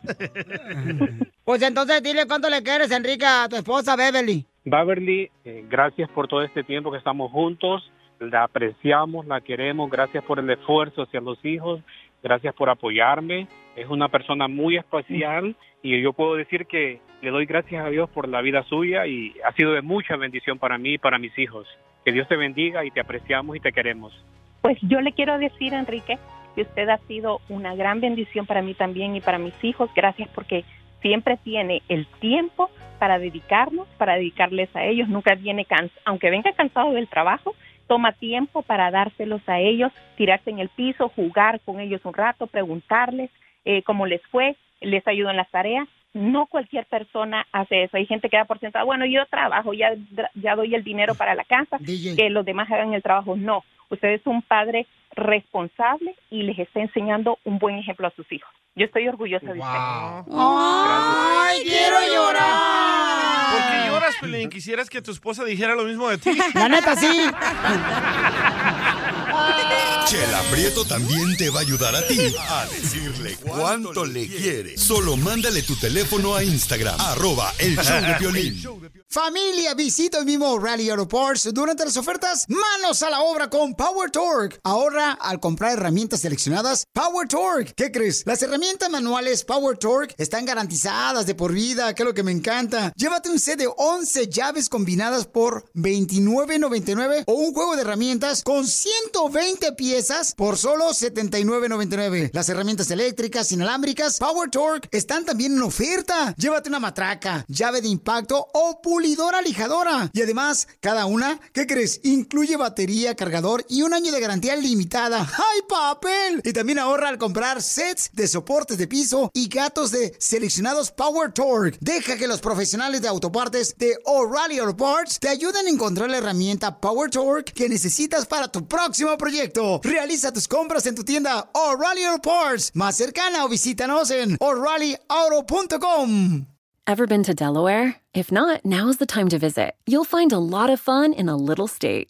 S2: Pues entonces dile cuánto le quieres, Enrique, a tu esposa Beverly.
S21: Beverly, eh, gracias por todo este tiempo que estamos juntos. La apreciamos, la queremos. Gracias por el esfuerzo hacia los hijos. Gracias por apoyarme. Es una persona muy especial y yo puedo decir que le doy gracias a Dios por la vida suya y ha sido de mucha bendición para mí y para mis hijos. Que Dios te bendiga y te apreciamos y te queremos. Pues yo le quiero decir, Enrique, que usted ha sido una gran bendición para mí también y para mis hijos. Gracias porque siempre tiene el tiempo para dedicarnos, para dedicarles a ellos. Nunca viene cansado, aunque venga cansado del trabajo, toma tiempo para dárselos a ellos, tirarse en el piso, jugar con ellos un rato, preguntarles eh, cómo les fue, les ayudo en las tareas. No cualquier persona hace eso. Hay gente que da por sentado, bueno, yo trabajo, ya, ya doy el dinero para la casa, que los demás hagan el trabajo. No, usted es un padre responsable y les está enseñando un buen ejemplo a sus hijos. Yo estoy orgullosa de usted.
S2: ¡Ay, quiero llorar!
S3: ¿Por qué lloras, Piolín? ¿Quisieras que tu esposa dijera lo mismo de ti?
S2: La neta, sí.
S5: Chela Prieto también te va a ayudar a ti a decirle cuánto le quiere. Solo mándale tu teléfono a Instagram, arroba el show de Piolín.
S2: Familia, visita el mismo Rally Aeroports durante las ofertas. Manos a la obra con Power Torque. Ahorra al comprar herramientas seleccionadas Power Torque. ¿Qué crees? Las herramientas manuales Power Torque están garantizadas de por vida, que es lo que me encanta. Llévate un set de 11 llaves combinadas por $29.99 o un juego de herramientas con 120 piezas por solo $79.99. Las herramientas eléctricas, inalámbricas, Power Torque están también en oferta. Llévate una matraca, llave de impacto o pulidora lijadora. Y además, cada una, ¿qué crees? Incluye batería, cargador y un año de garantía limitada. ¡Ay, papel! Y también ahorra al comprar sets de soportes de piso y gatos de seleccionados Power Torque. Deja que los profesionales de autopartes de O'Reilly Auto Parts te ayuden a encontrar la herramienta Power Torque que necesitas para tu próximo proyecto. Realiza tus compras en tu tienda O'Reilly Auto Parts más cercana o visítanos en o'ReillyAuto.com.
S8: Ever been to Delaware? If not, now's the time to visit. You'll find a lot of fun in a little state.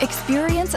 S23: Experience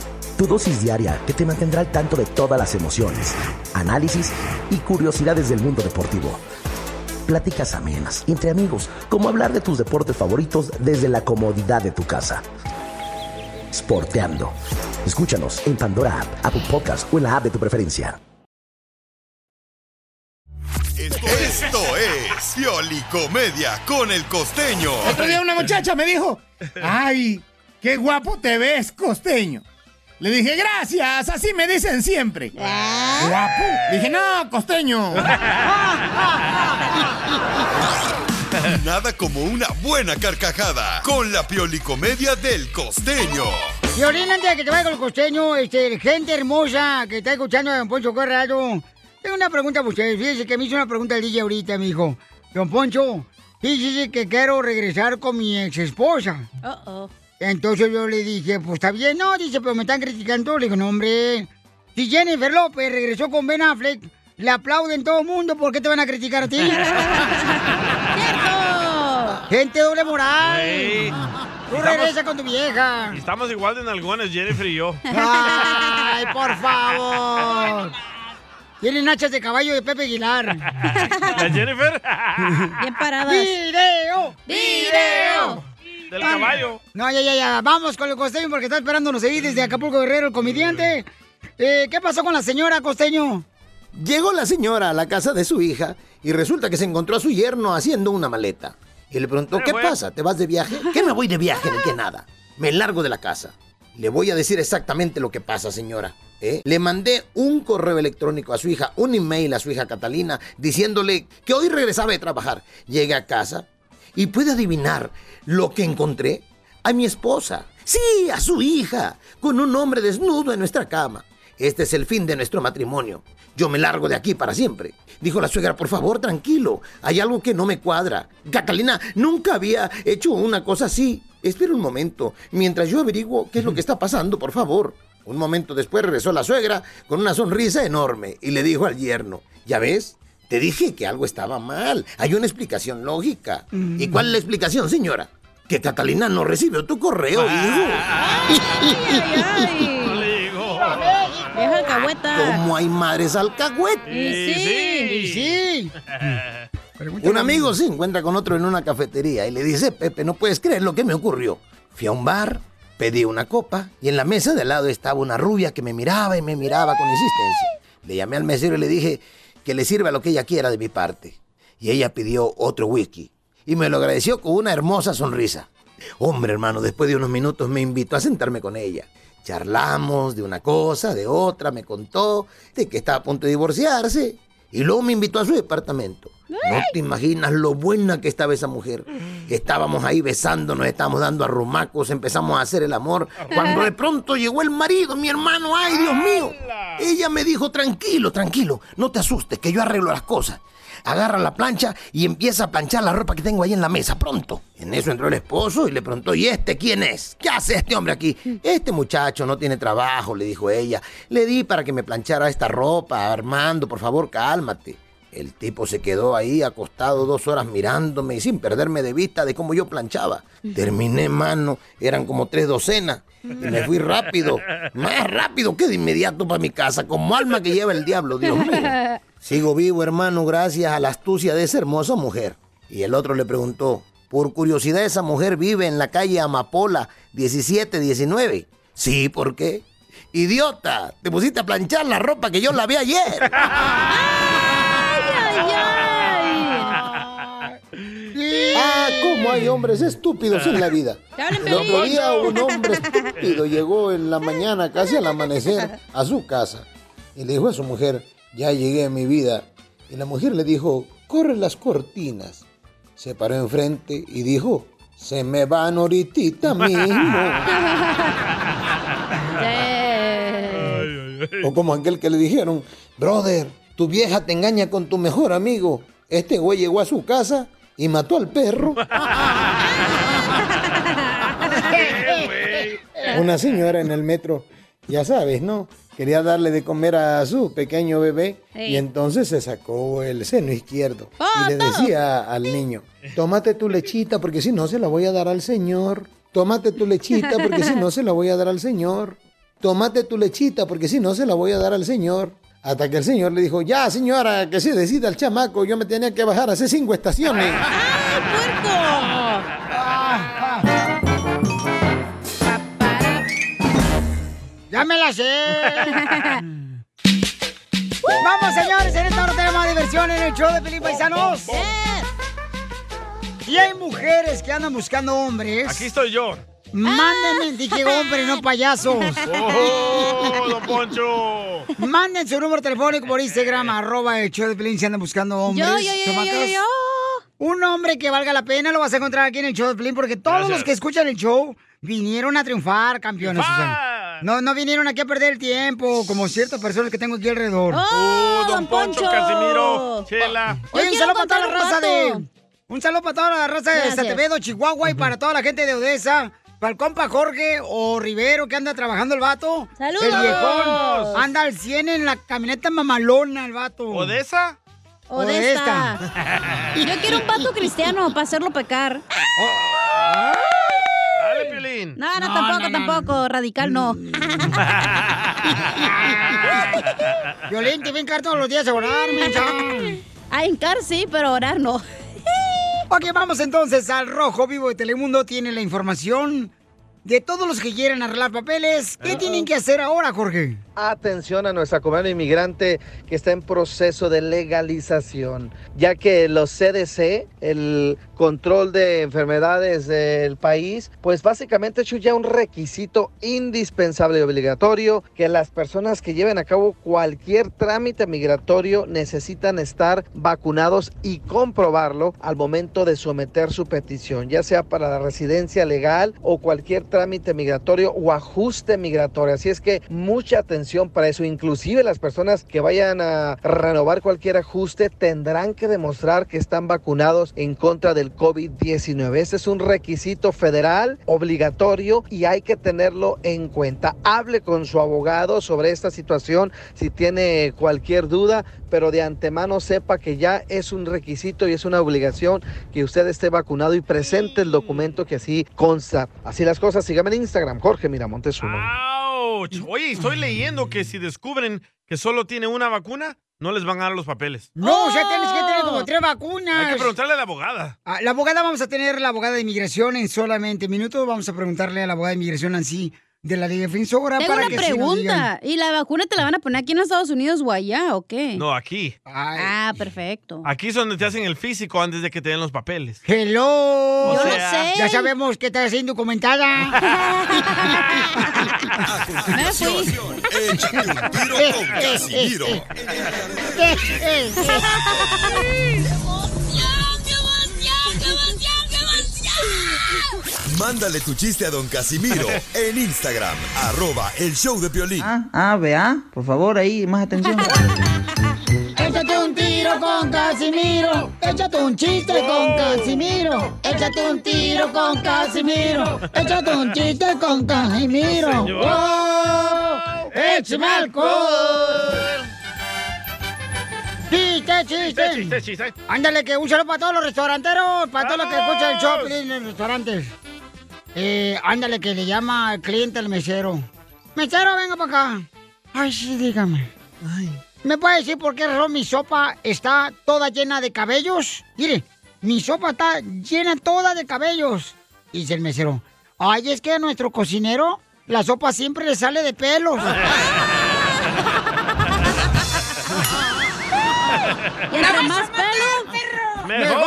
S13: Tu dosis diaria que te mantendrá al tanto de todas las emociones, análisis y curiosidades del mundo deportivo. Pláticas amenas, entre amigos, como hablar de tus deportes favoritos desde la comodidad de tu casa. Sporteando. Escúchanos en Pandora App, Apple Podcast o en la app de tu preferencia.
S5: Esto es Pioli Comedia con el costeño.
S24: Otro día una muchacha me dijo, ay, qué guapo te ves, costeño. Le dije, gracias, así me dicen siempre. Guapo. Dije, no, costeño.
S5: Nada como una buena carcajada con la piolicomedia del costeño.
S2: Y ahorita antes de que te vaya con el costeño, este, gente hermosa que está escuchando a Don Poncho Corrado, tengo una pregunta para ustedes. Fíjense que me hizo una pregunta el DJ ahorita, me dijo, Don Poncho, fíjese que quiero regresar con mi ex esposa.
S11: Uh-oh.
S2: Entonces yo le dije, pues está bien, no, dice, pero me están criticando. Le digo, no, hombre, si Jennifer López regresó con Ben Affleck, le aplauden todo el mundo, ¿por qué te van a criticar a ti? ¡Cierto! Gente doble moral.
S3: Ey.
S2: Tú
S3: Estamos-
S2: regresa con tu vieja.
S3: Estamos igual de nalgones, Jennifer y yo. Uh,
S2: Ay, por favor. Tienen hachas de caballo de Pepe Aguilar.
S3: ¿La Jennifer?
S2: Bien paradas. ¡Video!
S3: ¡Video! Del
S2: Vamos.
S3: caballo.
S2: No, ya, ya, ya. Vamos con el costeño porque está esperándonos ahí desde Acapulco Guerrero, el comediante. Eh, ¿Qué pasó con la señora costeño?
S24: Llegó la señora a la casa de su hija y resulta que se encontró a su yerno haciendo una maleta. Y le preguntó, ¿qué pasa? ¿Te vas de viaje? ¿Qué me voy de viaje? ¿De qué nada? Me largo de la casa. Le voy a decir exactamente lo que pasa, señora. ¿eh? Le mandé un correo electrónico a su hija, un email a su hija Catalina, diciéndole que hoy regresaba de trabajar. Llegué a casa y puede adivinar lo que encontré. A mi esposa. Sí, a su hija. Con un hombre desnudo en nuestra cama. Este es el fin de nuestro matrimonio. Yo me largo de aquí para siempre. Dijo la suegra, por favor, tranquilo. Hay algo que no me cuadra. Catalina nunca había hecho una cosa así. Espera un momento, mientras yo averiguo qué es lo que está pasando, por favor. Un momento después regresó la suegra con una sonrisa enorme y le dijo al yerno, ¿ya ves? Te dije que algo estaba mal. Hay una explicación lógica.
S11: Mm.
S24: ¿Y cuál es la explicación, señora? Que Catalina no recibió tu correo, viejo.
S11: Vieja alcahueta.
S24: ¿Cómo hay madres alcahuetes?
S11: Y sí.
S2: Y sí.
S24: Un amigo se encuentra con otro en una cafetería y le dice, Pepe, no puedes creer lo que me ocurrió. Fui a un bar, pedí una copa y en la mesa de al lado estaba una rubia que me miraba y me miraba con insistencia. Le llamé al mesero y le dije que le sirva lo que ella quiera de mi parte. Y ella pidió otro whisky y me lo agradeció con una hermosa sonrisa. Hombre, hermano, después de unos minutos me invitó a sentarme con ella. Charlamos de una cosa, de otra, me contó de que estaba a punto de divorciarse. Y luego me invitó a su departamento. No te imaginas lo buena que estaba esa mujer. Estábamos ahí besándonos, estábamos dando arrumacos, empezamos a hacer el amor. Cuando de pronto llegó el marido, mi hermano, ay Dios mío. Ella me dijo, tranquilo, tranquilo, no te asustes, que yo arreglo las cosas. Agarra la plancha y empieza a planchar la ropa que tengo ahí en la mesa, pronto. En eso entró el esposo y le preguntó, ¿y este quién es? ¿Qué hace este hombre aquí? Este muchacho no tiene trabajo, le dijo ella. Le di para que me planchara esta ropa, Armando, por favor, cálmate. El tipo se quedó ahí acostado dos horas mirándome y sin perderme de vista de cómo yo planchaba. Terminé, mano, eran como tres docenas. Y me fui rápido, más rápido que de inmediato para mi casa, como alma que lleva el diablo, Dios mío. Sigo vivo, hermano, gracias a la astucia de esa hermosa mujer. Y el otro le preguntó, por curiosidad, esa mujer vive en la calle Amapola 1719. Sí, ¿por qué? Idiota, te pusiste a planchar la ropa que yo lavé ayer. Ah, cómo hay hombres estúpidos en la vida.
S11: Te hablan
S24: El otro
S11: feliz.
S24: día un hombre estúpido llegó en la mañana, casi al amanecer, a su casa. Y le dijo a su mujer, ya llegué a mi vida. Y la mujer le dijo, corre las cortinas. Se paró enfrente y dijo, se me van ahorita mismo. O como aquel que le dijeron, brother, tu vieja te engaña con tu mejor amigo. Este güey llegó a su casa y mató al perro.
S4: Eh.
S24: Una señora en el metro, ya sabes, ¿no? Quería darle de comer a su pequeño bebé
S11: Sí.
S24: y entonces se sacó el seno izquierdo y le decía al niño, tómate tu lechita porque si no se la voy a dar al señor. Tómate tu lechita porque si no se la voy a dar al señor. Tómate tu lechita porque si no se la voy a dar al señor. Hasta que el señor le dijo, ya señora, que se decida el chamaco, yo me tenía que bajar hace cinco estaciones. Ah,
S2: ¡Ya me la sé! Vamos, señores, en esta hora tenemos más diversión en el show de Felipe Paisanos. Y hay mujeres que andan buscando hombres.
S3: Aquí estoy yo.
S2: Mándenme, dije hombre, no payasos.
S3: ¡Oh, don Poncho!
S2: Manden su número telefónico por Instagram, arroba el show de Pelín, si andan buscando hombres.
S4: Yo, yo, yo, yo,
S2: chamacas.
S4: yo, yo.
S2: Un hombre que valga la pena lo vas a encontrar aquí en el show de Pelín, porque todos
S4: Gracias.
S2: los que escuchan el show vinieron a triunfar, campeones. Susana. No, no vinieron aquí a perder el tiempo, como ciertas personas que tengo aquí alrededor.
S3: ¡Oh, don Poncho, Casimiro, Chela!
S2: Oye, un saludo para toda la raza de. Un saludo para toda la raza de
S3: Gracias.
S2: Satevedo, Chihuahua y para toda la gente de Odessa. Para el compa Jorge o Rivero que anda trabajando el vato.
S4: ¡Saludos!
S2: El viejón. Anda al 100 en la camioneta mamalona el vato.
S3: ¿Odessa?
S4: Odessa. Yo quiero un pato cristiano para hacerlo pecar.
S3: ¡Dale, Pelín!
S4: No, no, tampoco, tampoco. Radical no.
S2: Violín, te voy a encar todos los días a orar, mensa.
S4: A encar Ah, sí, pero orar no.
S2: ok, vamos entonces al Rojo Vivo de Telemundo. Tiene la información de todos los que quieren arreglar papeles. ¿Qué tienen que hacer ahora, Jorge?
S6: Atención a nuestra comunidad inmigrante que está en proceso de legalización, ya que los CDC, el control de enfermedades del país, pues básicamente es ya un requisito indispensable y obligatorio que las personas que lleven a cabo cualquier trámite migratorio necesitan estar vacunados y comprobarlo al momento de someter su petición, ya sea para la residencia legal o cualquier trámite migratorio o ajuste migratorio. Así es que mucha atención para eso. Inclusive las personas que vayan a renovar cualquier ajuste tendrán que demostrar que están vacunados en contra del COVID-19. Este es un requisito federal obligatorio y hay que tenerlo en cuenta. Hable con su abogado sobre esta situación si tiene cualquier duda, pero de antemano sepa que ya es un requisito y es una obligación que usted esté vacunado y presente el documento que así consta. Así las cosas, sígame en Instagram, Jorge Miramontes uno.
S3: ¡Auch! Oye, estoy leyendo que si descubren que solo tiene una vacuna, no les van a dar los papeles.
S2: No, ya tienes que tener como tres vacunas.
S3: Hay que preguntarle a la abogada.
S2: Ah, La abogada vamos a tener la abogada de inmigración en solamente minutos. Vamos a preguntarle a la abogada de inmigración, Nancy, de la defensora
S4: Tengo
S2: para
S4: una
S2: que sí nos digan.
S4: pregunta. ¿Y la vacuna te la van a poner aquí en Estados Unidos o allá o qué?
S3: No, aquí.
S4: Ah, perfecto.
S3: Aquí es donde te hacen el físico antes de que te den los papeles.
S2: Hello.
S3: Yo no sea- sé.
S2: Ya sabemos que estás indocumentada.
S11: Me fui.
S5: Échate un tiro con Casimiro. Mándale tu chiste a don Casimiro en Instagram, arroba el show de Piolín.
S1: Ah, vea, por favor, ahí, más atención.
S21: Échate un tiro con Casimiro. Échate un chiste con Casimiro. Échate un tiro con Casimiro. Échate un chiste con Casimiro.
S11: Sí, señor.
S21: ¡Wow! ¡Échame alcohol! ¡Chiste, chiste!
S3: Chiste, chiste.
S2: Ándale, que un saludo para todos los restauranteros, para todos los que escuchan el shopping en los restaurantes. Eh, ándale, que le llama al cliente al mesero. Mesero, venga para acá. Ay, sí, dígame. ¿Me puede decir por qué razón mi sopa está toda llena de cabellos? Mire, mi sopa está llena toda de cabellos. Dice el mesero. Ay, es que a nuestro cocinero la sopa siempre le sale de pelos.
S4: ¿Entre más pelo?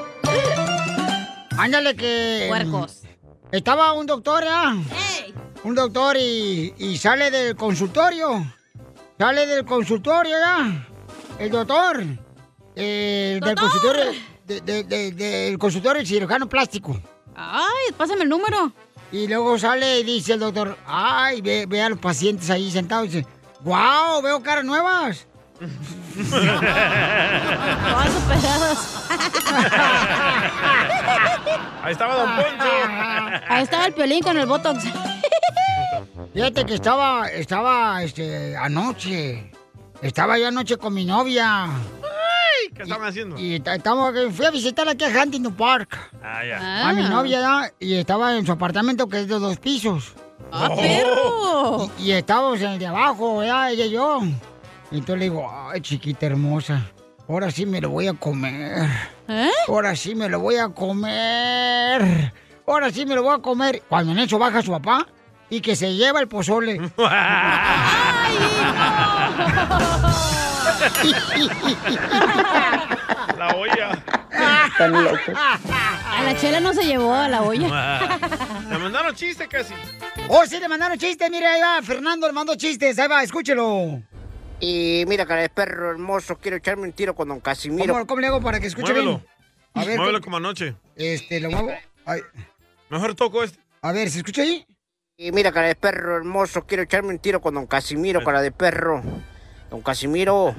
S2: Ándale que... Puercos. Estaba un doctor, ¿ah? Un doctor y, y sale del consultorio. Sale del consultorio, ¿ya? El doctor. eh, Del consultorio... de- de- de- del consultorio cirujano plástico. Ay, pásame el número. Y luego sale y dice el doctor, ay, ve, ve a los pacientes ahí sentados y dice, wow, veo caras nuevas.
S3: Ahí estaba Don Poncho.
S2: Ahí estaba el piolín con el botox. Fíjate que estaba, estaba, este, anoche. Estaba yo anoche con mi novia.
S3: Ay, ¿Qué estaban haciendo?
S2: Y ta- estamos, fui a visitar aquí a Huntington Park.
S3: Ah, ya.
S2: A mi novia, ¿no? y estaba en su apartamento que es de dos pisos.
S3: ¡Ah, perro!
S2: Y, y estábamos en el de abajo, ¿verdad? ella y yo. Y entonces le digo, ay, chiquita hermosa, ahora sí me lo voy a comer.
S4: ¿Eh?
S2: Ahora sí me lo voy a comer. Ahora sí me lo voy a comer. Cuando en eso baja su papá y que se lleva el pozole.
S11: ¡Ay,
S3: La olla.
S1: Están locos.
S4: A la chela Ah, no se llevó a la olla.
S3: Me mandaron chiste casi.
S2: Oh, sí, le mandaron chistes, mire, ahí va, Fernando le mandó chistes, ahí va, escúchelo.
S25: Y mira, cara de perro hermoso, quiero echarme un tiro con don Casimiro.
S2: ¿Cómo, cómo le hago para que escuche
S3: Muévelo.
S2: bien? A ver,
S3: Muévelo
S2: ¿cómo?
S3: como anoche.
S2: Este, lo muevo. Ay.
S3: Mejor toco este.
S2: A ver, ¿se escucha ahí?
S25: Y mira, cara de perro hermoso, quiero echarme un tiro con don Casimiro, cara de perro. Don Casimiro,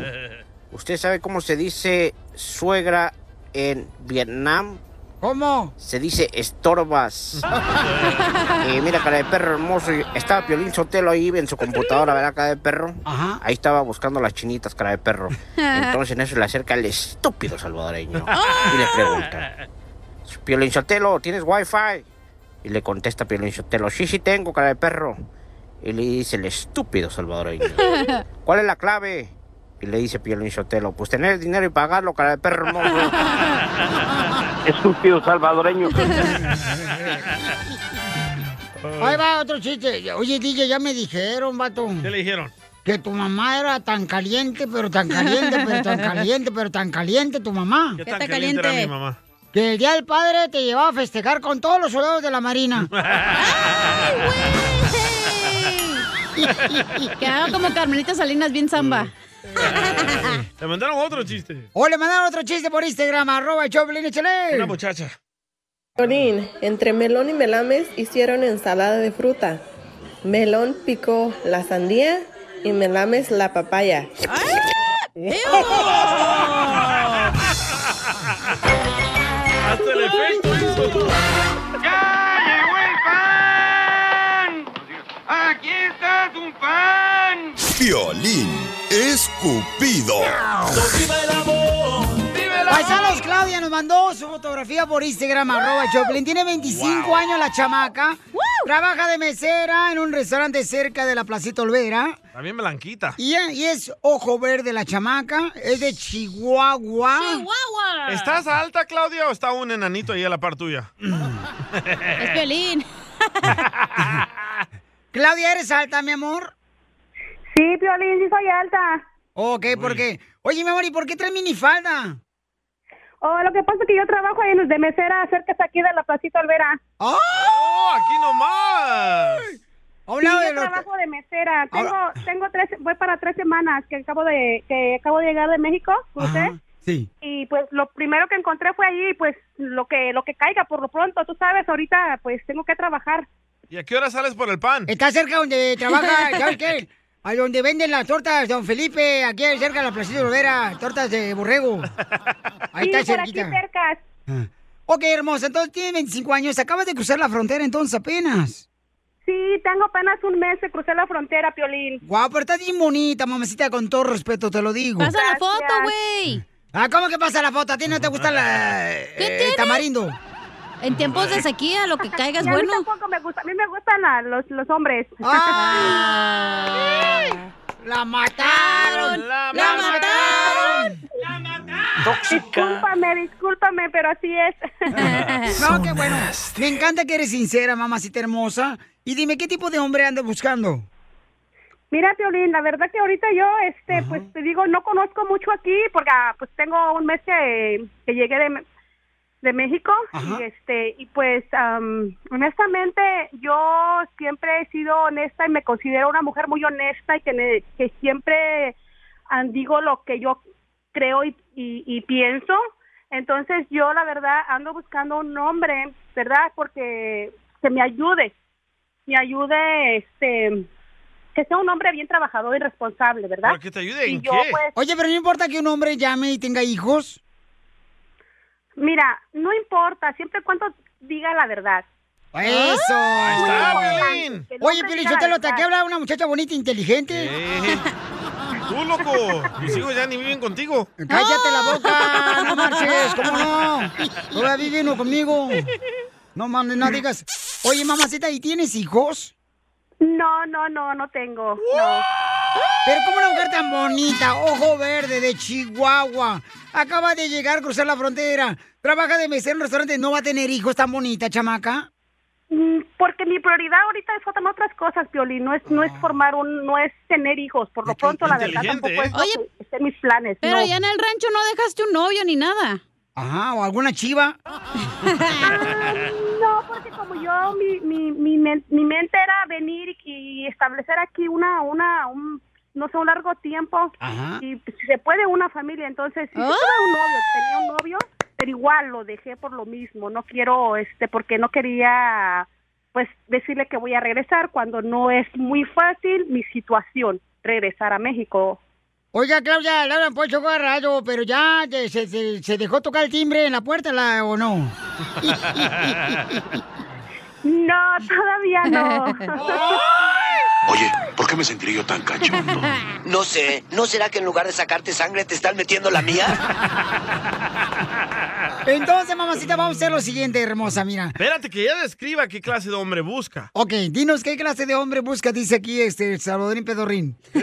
S25: ¿usted sabe cómo se dice suegra en Vietnam?
S2: ¿Cómo?
S25: Se dice estorbas. Y mira, cara de perro hermoso, y estaba Piolín Sotelo ahí en su computadora, ¿verdad, cara de perro? Ahí estaba buscando las chinitas, cara de perro. Entonces en eso le acerca el estúpido salvadoreño y le pregunta, Piolín Sotelo, ¿tienes wifi? Y le contesta Piolín Sotelo, sí, sí tengo, cara de perro. Y le dice el estúpido salvadoreño, ¿cuál es la clave? Y le dice Piolín Sotelo, pues tener dinero y pagarlo, cara de perro hermoso.
S20: Estúpido salvadoreño.
S2: Ahí va otro chiste. Oye, DJ, ya me dijeron, vato. ¿Qué
S3: le dijeron?
S2: Que tu mamá era tan caliente, pero tan caliente, pero tan caliente, pero tan caliente tu mamá.
S3: ¿Qué tan tan caliente era caliente? mi mamá?
S2: Que el día del padre te llevaba a festejar con todos los soldados de la marina.
S4: Que haga como Carmelita Salinas bien zamba.
S3: Te mandaron otro chiste.
S2: Mm. o le mandaron otro chiste por Instagram, arroba el Choplin, échale.
S3: Una muchacha.
S26: Piolín, entre Melón y Melames hicieron ensalada de fruta. Melón picó la sandía y Melames la papaya.
S11: Hasta el efecto hizo. ¡Ya llegó el pan! ¡Aquí está tu pan!
S5: Piolín escupido.
S11: ¡Viva el amor! ¡Viva el
S2: Paisanos, Claudia nos mandó su fotografía por Instagram, arroba Choplin. Tiene 25
S11: Wow.
S2: años la chamaca. Trabaja de mesera en un restaurante cerca de la Placita Olvera.
S3: Está bien blanquita.
S2: Y, y es ojo verde la chamaca. Es de Chihuahua.
S3: ¿Estás alta, Claudia, o está un enanito ahí a la par tuya?
S2: Es violín. Claudia, ¿eres alta, mi amor?
S27: Sí, Piolín, sí soy alta.
S2: Ok, ¿por qué? Oye, mi amor, ¿y por qué traes minifalda?
S27: Oh, lo que pasa es que yo trabajo ahí en los de mesera, cerca de aquí de la Placita Olvera.
S2: ¡Oh!
S3: ¡Aquí nomás!
S27: Sí, yo trabajo de mesera. Tengo, tengo tres, voy para tres semanas que acabo de, que acabo de llegar de México, crucé.
S2: Sí.
S27: Y pues lo primero que encontré fue allí, pues lo que, lo que caiga por lo pronto, tú sabes, ahorita pues tengo que trabajar.
S3: ¿Y a qué hora sales por el pan?
S2: Está cerca donde trabaja, ¿sabes qué? A donde venden las tortas, don Felipe, aquí cerca de la Placida de Olvera, tortas de borrego. Ahí
S27: Sí,
S2: está
S27: por aquí
S2: cerquita. Ah.
S27: cerca.
S2: Ok, hermosa, entonces tienes 25 años, acabas de cruzar la frontera entonces apenas.
S27: Sí, tengo apenas un mes de cruzar la frontera, Piolín.
S2: Guau, pero estás bien bonita, mamacita, con todo respeto te lo digo.
S27: Pasa la foto, Gracias.
S2: güey! Ah, ¿cómo que pasa la foto? ¿A ti no te gusta la, eh, tamarindo?
S27: En tiempos de sequía, lo que caiga
S4: es
S27: A mí
S4: bueno.
S27: tampoco me gusta, a mí me gustan a los, los hombres.
S2: ¡La mataron!
S27: Ah. ¡La, mataron! Discúlpame, discúlpame, pero así es.
S2: No, qué bueno. Me encanta que eres sincera, mamacita hermosa. Y dime, ¿qué tipo de hombre andas buscando?
S27: Mira, Piolín, la verdad que ahorita yo, este, pues te digo, no conozco mucho aquí porque ah, pues tengo un mes que, que llegué de, Me- de México y este y pues am, honestamente yo siempre he sido honesta y me considero una mujer muy honesta y que, ne- que siempre ah, digo lo que yo creo y, y- y pienso. Entonces yo la verdad ando buscando un hombre, ¿verdad? Porque que me ayude, me ayude, este, que sea un hombre bien trabajador y responsable, ¿verdad?
S3: que te ayude
S27: Y
S3: en
S27: yo,
S3: qué?
S27: pues-
S2: Oye, pero no importa que un hombre llame y tenga hijos.
S27: Mira, no importa, siempre y cuando diga la verdad.
S2: Ah, ¡Eso!
S27: Ahí está, Muy importante, Piolín. que el
S2: Oye,
S27: hombre
S2: Piolín,
S27: diga
S2: yo te
S27: la
S2: lo ataqué, habla una muchacha bonita e inteligente.
S3: ¡Tú, loco! Mis hijos ya ni viven contigo.
S2: ¡Cállate la boca! ¡No marches! ¿Cómo no? Todavía vive uno conmigo. No mames, no digas. Oye, mamacita, ¿y tienes hijos?
S27: No, no, no, no tengo. No.
S2: Pero como una mujer tan bonita, ojo verde, de Chihuahua, acaba de llegar, cruzar la frontera, trabaja de mesero en un restaurante, ¿no va a tener hijos tan bonita, chamaca?
S27: Mm, Porque mi prioridad ahorita es otra- otras cosas, Piolín. No es, no es formar un, no es tener hijos. Por lo pronto, la verdad,
S4: inteligente,
S27: tampoco Ah. es
S4: ¿eh?
S27: lo que- que esté en mis planes.
S4: Pero
S27: no.
S4: ya en el rancho no dejaste un novio ni nada.
S2: Ajá, o alguna chiva.
S27: Ah. No, porque como yo, mi, mi, mi, men- mi mente era venir y- y establecer aquí una, una, un, no sé, un largo tiempo.
S2: Ajá.
S27: Y pues, si se puede una familia, entonces sí, yo
S4: ¡Ah!
S27: tuve un novio, tenía un novio, pero igual lo dejé por lo mismo. No quiero, este, porque no quería, pues, decirle que voy a regresar cuando no es muy fácil mi situación, regresar a México.
S2: Oiga, Claudia, le hablan Poncho Garrallo, pero ya de- se, se- se dejó tocar el timbre en la puerta la- o no.
S27: No, todavía no.
S17: Oye, ¿por qué me sentiré yo tan cachondo?
S19: No sé, ¿no será que en lugar de sacarte sangre te están metiendo la mía?
S2: Entonces, mamacita, vamos a hacer lo siguiente, hermosa, mira.
S3: Espérate que ya describa qué clase de hombre busca.
S2: Ok, dinos qué clase de hombre busca, dice aquí este Salvadorín Pedorrín.
S3: Eh,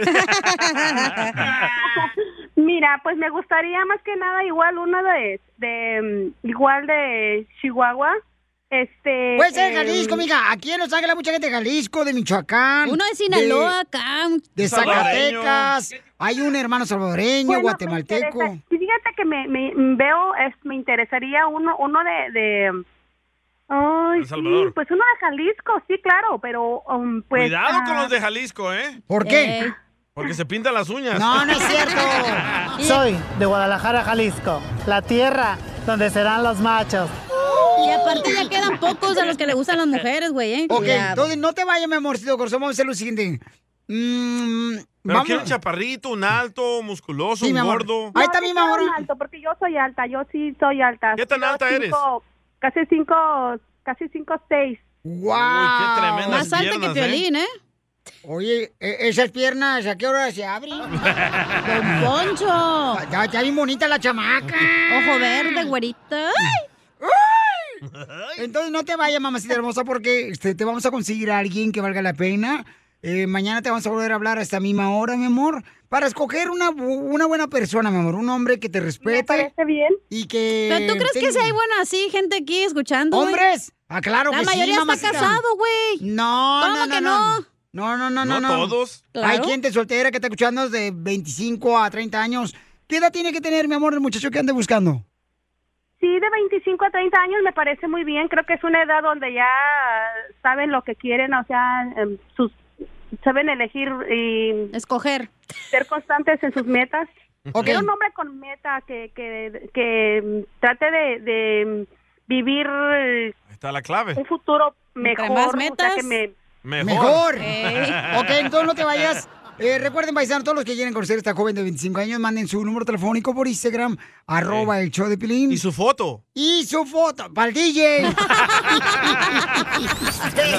S27: Mira, pues me gustaría más que nada igual una de, de mm, igual de Chihuahua, este.
S2: Puede ser de
S3: eh,
S27: em,
S2: Pues, Jalisco, mija. Aquí en Los Ángeles hay mucha gente de Jalisco, de Michoacán.
S27: Uno de Sinaloa,
S2: acá. De
S27: Salvadoreño.
S2: Zacatecas. Hay un hermano salvadoreño,
S27: Bueno, pues, me interesa.
S2: guatemalteco.
S27: Fíjate que me, me- mm, veo, es, me interesaría uno, uno de, de mm, ay,
S3: El
S27: sí,
S3: Salvador.
S27: pues uno de Jalisco, sí, claro, pero um, pues.
S3: Cuidado con
S27: ah,
S3: los de Jalisco, ¿eh?
S2: ¿Por
S27: qué? Ey.
S3: Porque se pintan las uñas.
S27: No, no es
S2: cierto.
S28: Soy de Guadalajara, Jalisco, la tierra donde serán los machos.
S4: Y aparte ya quedan pocos a los que le gustan las mujeres, güey, ¿eh?
S2: Ok,
S4: Cuidado.
S2: entonces no te vayas, mi amorcito corazón. Vamos a hacer lo siguiente. Mm,
S3: Pero quiere un chaparrito, un alto, musculoso, un gordo.
S27: No, sí soy un alto, porque yo soy alta, yo sí soy alta.
S3: ¿Qué tan
S27: Yo
S3: alta eres?
S27: cinco- Casi cinco, casi cinco seis.
S2: ¡Wow!
S27: qué tremendas Más alta que piernas, ¿eh? Piolín, ¿eh?
S2: ah, Oye, e- esas piernas, ¿a qué hora se abren? ¡Don
S4: Poncho!
S2: Ya, ya bien bonita la chamaca.
S4: Ojo verde, güerita.
S2: Entonces no te vayas, mamacita hermosa, porque este, te vamos a conseguir a alguien que valga la pena. Eh, mañana te vamos a volver a hablar a esta misma hora, mi amor, para escoger una, bu- una buena persona, mi amor, un hombre que te respete.
S27: bien.
S2: Y que...
S4: ¿Pero tú crees que
S2: tenga-
S4: si hay, bueno, así gente aquí escuchando? güey?
S2: Eh, ¡Hombres! Ah, claro
S4: La
S2: que sí,
S4: mayoría está
S2: mamacita.
S4: casado, güey.
S2: No,
S4: ¿Cómo
S2: no, no,
S4: que no?
S2: no. No, no, no, no.
S4: ¿No todos?
S2: Hay
S4: Claro.
S2: gente soltera que está escuchando de 25 a 30 años. ¿Qué edad tiene que tener, mi amor, el muchacho que ande buscando?
S27: Sí, de 25 a 30 años me parece muy bien. Creo que es una edad donde ya saben lo que quieren, o sea, em, sus, saben elegir y...
S4: Escoger.
S27: Ser constantes en sus metas.
S2: Ok.
S27: Quiero un hombre con meta que, que, que em, trate de, de, em, vivir eh,
S3: Está la clave.
S27: un futuro
S2: Entre
S27: mejor.
S2: más
S27: O sea,
S2: metas,
S27: que me...
S3: Mejor.
S2: Mejor. Ok, entonces no te vayas. Eh, recuerden, paisanos, todos los que quieren conocer a esta joven de 25 años, manden su número telefónico por Instagram, arroba el show de Pilín. Y
S3: su foto.
S2: Y su foto, para el DJ.
S5: La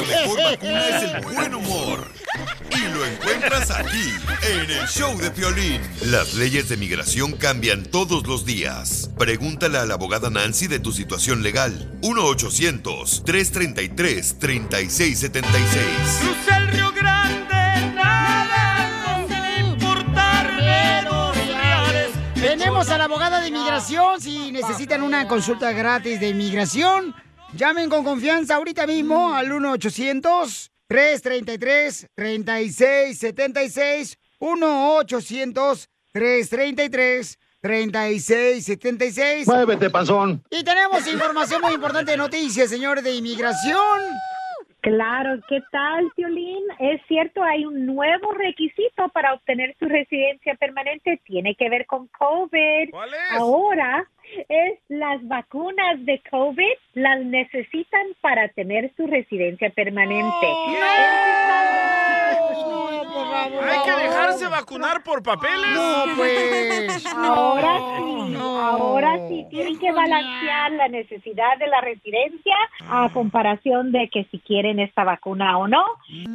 S5: mejor vacuna es el buen humor. Y lo encuentras aquí, en el show de Piolín. Las leyes de migración cambian todos los días. Pregúntale a la abogada Nancy de tu situación legal. 1-800-333-3676.
S11: Crucé el Río Grande, nada, sin importarme los reales.
S2: Tenemos a la abogada de inmigración. Si necesitan una consulta gratis de inmigración, llamen con confianza ahorita mismo al 1-800-333-3676. 1-800-333-3676.
S24: Muévete, panzón.
S2: Y tenemos información muy importante de noticias, señores de inmigración.
S29: Claro, ¿qué tal, Piolín? Es cierto, hay un nuevo requisito para obtener su residencia permanente. Tiene que ver con COVID. Ahora es las vacunas de COVID las necesitan para tener su residencia permanente.
S3: Hay que dejarse vacunar por papeles.
S29: No,
S2: pues.
S29: Ahora sí, ahora sí tienen que balancear la necesidad de la residencia a comparación de que si quieren esta vacuna o no.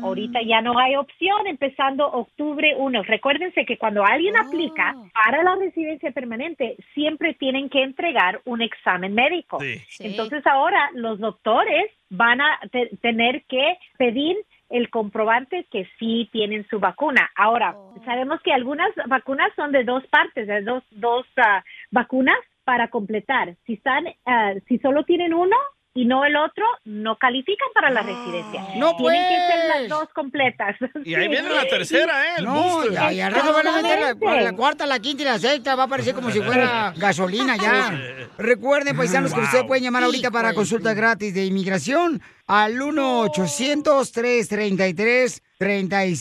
S29: Ahorita ya no hay opción empezando octubre 1. Recuérdense que cuando alguien aplica para la residencia permanente, siempre tienen que entregar un examen médico.
S11: Sí.
S29: Entonces ahora los doctores van a te- tener que pedir el comprobante que sí tienen su vacuna. Ahora, sabemos que algunas vacunas son de dos partes, de dos, dos ah, vacunas para completar. Si están, ah, si solo tienen uno y no el otro, no califican para la residencia.
S2: No,
S29: tienen que ser las
S2: pues.
S29: dos completas.
S3: Y ahí viene la tercera, ¿eh? El
S2: No,
S3: booster.
S2: ya, ya, al rato van a meter la, la cuarta, la quinta y la sexta. Va a parecer como si fuera gasolina ya. Recuerden, paisanos, que
S11: Wow.
S2: ustedes pueden llamar ahorita para consulta gratis de inmigración al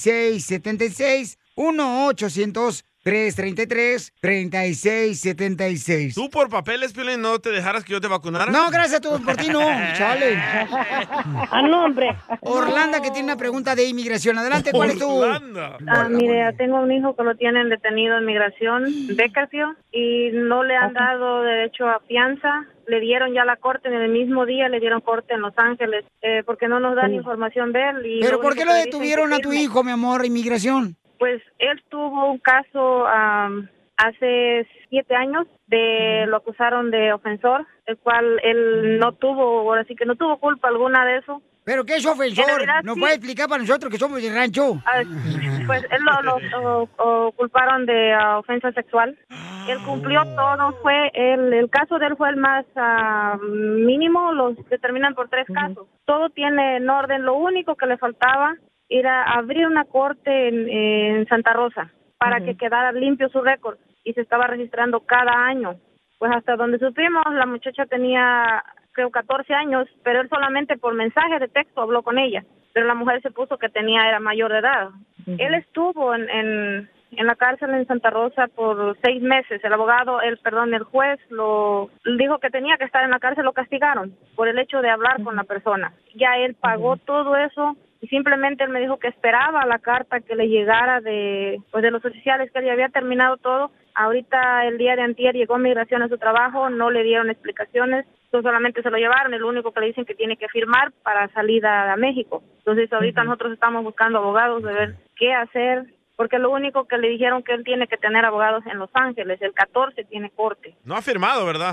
S2: 1-800-333-3676. 1-800-333-3676.
S3: Tú por papeles, Piolín, no te dejaras que yo te vacunara.
S2: No, gracias tú, por ti no, chale.
S18: Ah,
S2: A nombre. Orlando, que tiene una pregunta de inmigración. Adelante, ¿cuál es tu...?
S18: Ah, mire, tengo un hijo que lo tienen detenido en migración, Becasio, y no le han dado derecho a fianza. Le dieron ya la corte en el mismo día, le dieron corte en Los Ángeles, eh, porque no nos dan
S2: Sí.
S18: información de él. Y
S2: Oh. ¿Pero
S18: lo
S2: por
S18: único
S2: qué lo
S18: que dicen
S2: detuvieron
S18: que
S2: a tu
S18: firme.
S2: hijo, mi amor, inmigración?
S18: Pues él tuvo un caso am, hace siete años de lo acusaron de ofensor, el cual él no tuvo, ahora sí que no tuvo culpa alguna de eso.
S2: ¿Pero qué es ofensor? ¿Nos puede explicar para nosotros que somos de rancho?
S18: Pues él lo, lo- lo- lo culparon de ah, ofensa sexual. Él cumplió
S2: Ah.
S18: todo, fue el, el caso de él fue el más ah, mínimo, los determinan por tres casos. Todo tiene en orden, lo único que le faltaba era abrir una corte en, en Santa Rosa para
S29: Ujú.
S18: que quedara limpio su récord y se estaba registrando cada año. Pues hasta donde supimos, la muchacha tenía creo 14 años, pero él solamente por mensaje de texto habló con ella, pero la mujer se puso que tenía era mayor de edad. Él estuvo en, en, en la cárcel en Santa Rosa por seis meses. El abogado, el perdón, el juez lo dijo que tenía que estar en la cárcel, lo castigaron por el hecho de hablar con la persona. Ya él pagó todo eso y simplemente él me dijo que esperaba la carta que le llegara de pues de los oficiales que él ya había terminado todo. Ahorita el día de antier llegó migración a su trabajo, no le dieron explicaciones, no solamente se lo llevaron, el único que le dicen que tiene que firmar para salida a México. Entonces ahorita nosotros estamos buscando abogados de ver qué hacer, porque lo único que le dijeron que él tiene que tener abogados en Los Ángeles, el 14 tiene corte.
S3: No ha firmado, ¿verdad?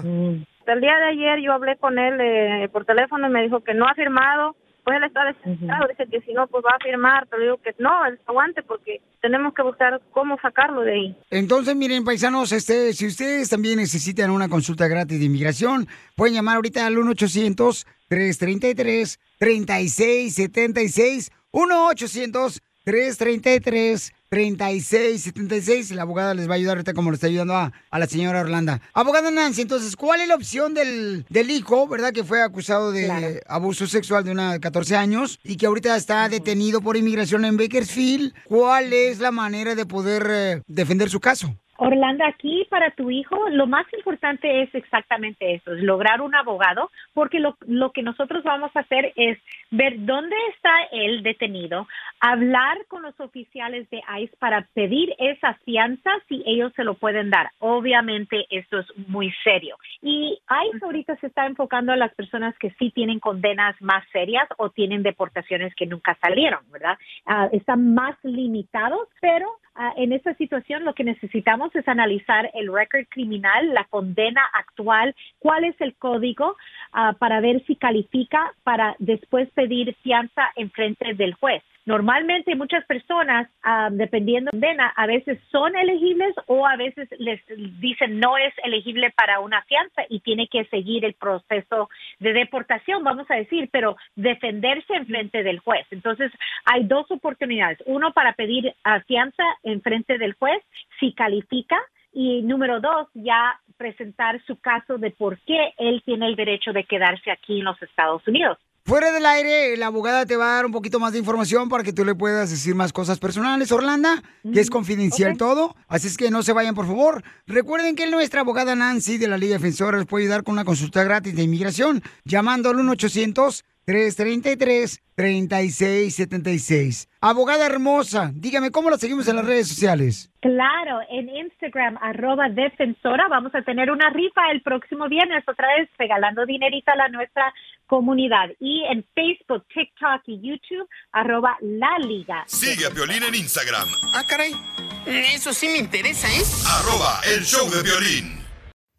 S18: Hasta el día de ayer yo hablé con él eh, por teléfono y me dijo que no ha firmado. Pues él está desesperado, dice que si no, pues va a firmar. Pero digo que no, él aguante porque tenemos que buscar cómo sacarlo de ahí.
S2: Entonces, miren, paisanos, este, si ustedes también necesitan una consulta gratis de inmigración, pueden llamar ahorita al 1 800 1-833-333-3676. 1-800-333-3676. La abogada les va a ayudar ahorita como le está ayudando a, a la señora Orlando. Abogada Nancy, entonces, ¿cuál es la opción del, del hijo, verdad, que fue acusado de
S21: Claro.
S2: abuso sexual de una de 14 años y que ahorita está detenido por inmigración en Bakersfield? ¿Cuál es la manera de poder eh, defender su caso?
S29: Orlando, aquí para tu hijo, lo más importante es exactamente eso, es lograr un abogado, porque lo, lo que nosotros vamos a hacer es ver dónde está el detenido, hablar con los oficiales de ICE para pedir esa fianza si ellos se lo pueden dar. Obviamente esto es muy serio. Y ICE ahorita se está enfocando a las personas que sí tienen condenas más serias o tienen deportaciones que nunca salieron, ¿verdad? Ah, están más limitados, pero ah, en esta situación lo que necesitamos es analizar el récord criminal, la condena actual, cuál es el código ah, para ver si califica para después pedir fianza en frente del juez. Normalmente muchas personas, ah, dependiendo de la condena, a veces son elegibles o a veces les dicen no es elegible para una fianza y tiene que seguir el proceso de deportación, vamos a decir, pero defenderse en frente del juez. Entonces, hay dos oportunidades. Uno para pedir ah, fianza en frente del juez, si califica, y número dos, ya presentar su caso de por qué él tiene el derecho de quedarse aquí en los Estados Unidos.
S2: Fuera del aire, la abogada te va a dar un poquito más de información para que tú le puedas decir más cosas personales, Orlando, que es confidencial todo. Así es que no se vayan, por favor. Recuerden que nuestra abogada Nancy de la Liga Defensora les puede ayudar con una consulta gratis de inmigración llamando al 1-800-333-3676. Abogada hermosa, dígame cómo la seguimos en las redes sociales.
S29: Claro, en Instagram, arroba defensora, vamos a tener una rifa el próximo viernes, otra vez regalando dinerita a la nuestra comunidad. Y en Facebook, TikTok y YouTube, arroba la liga.
S5: Sigue a Violín en Instagram,
S29: Ah, caray.
S7: Eso sí me interesa, ¿eh?
S5: arroba el show de violín.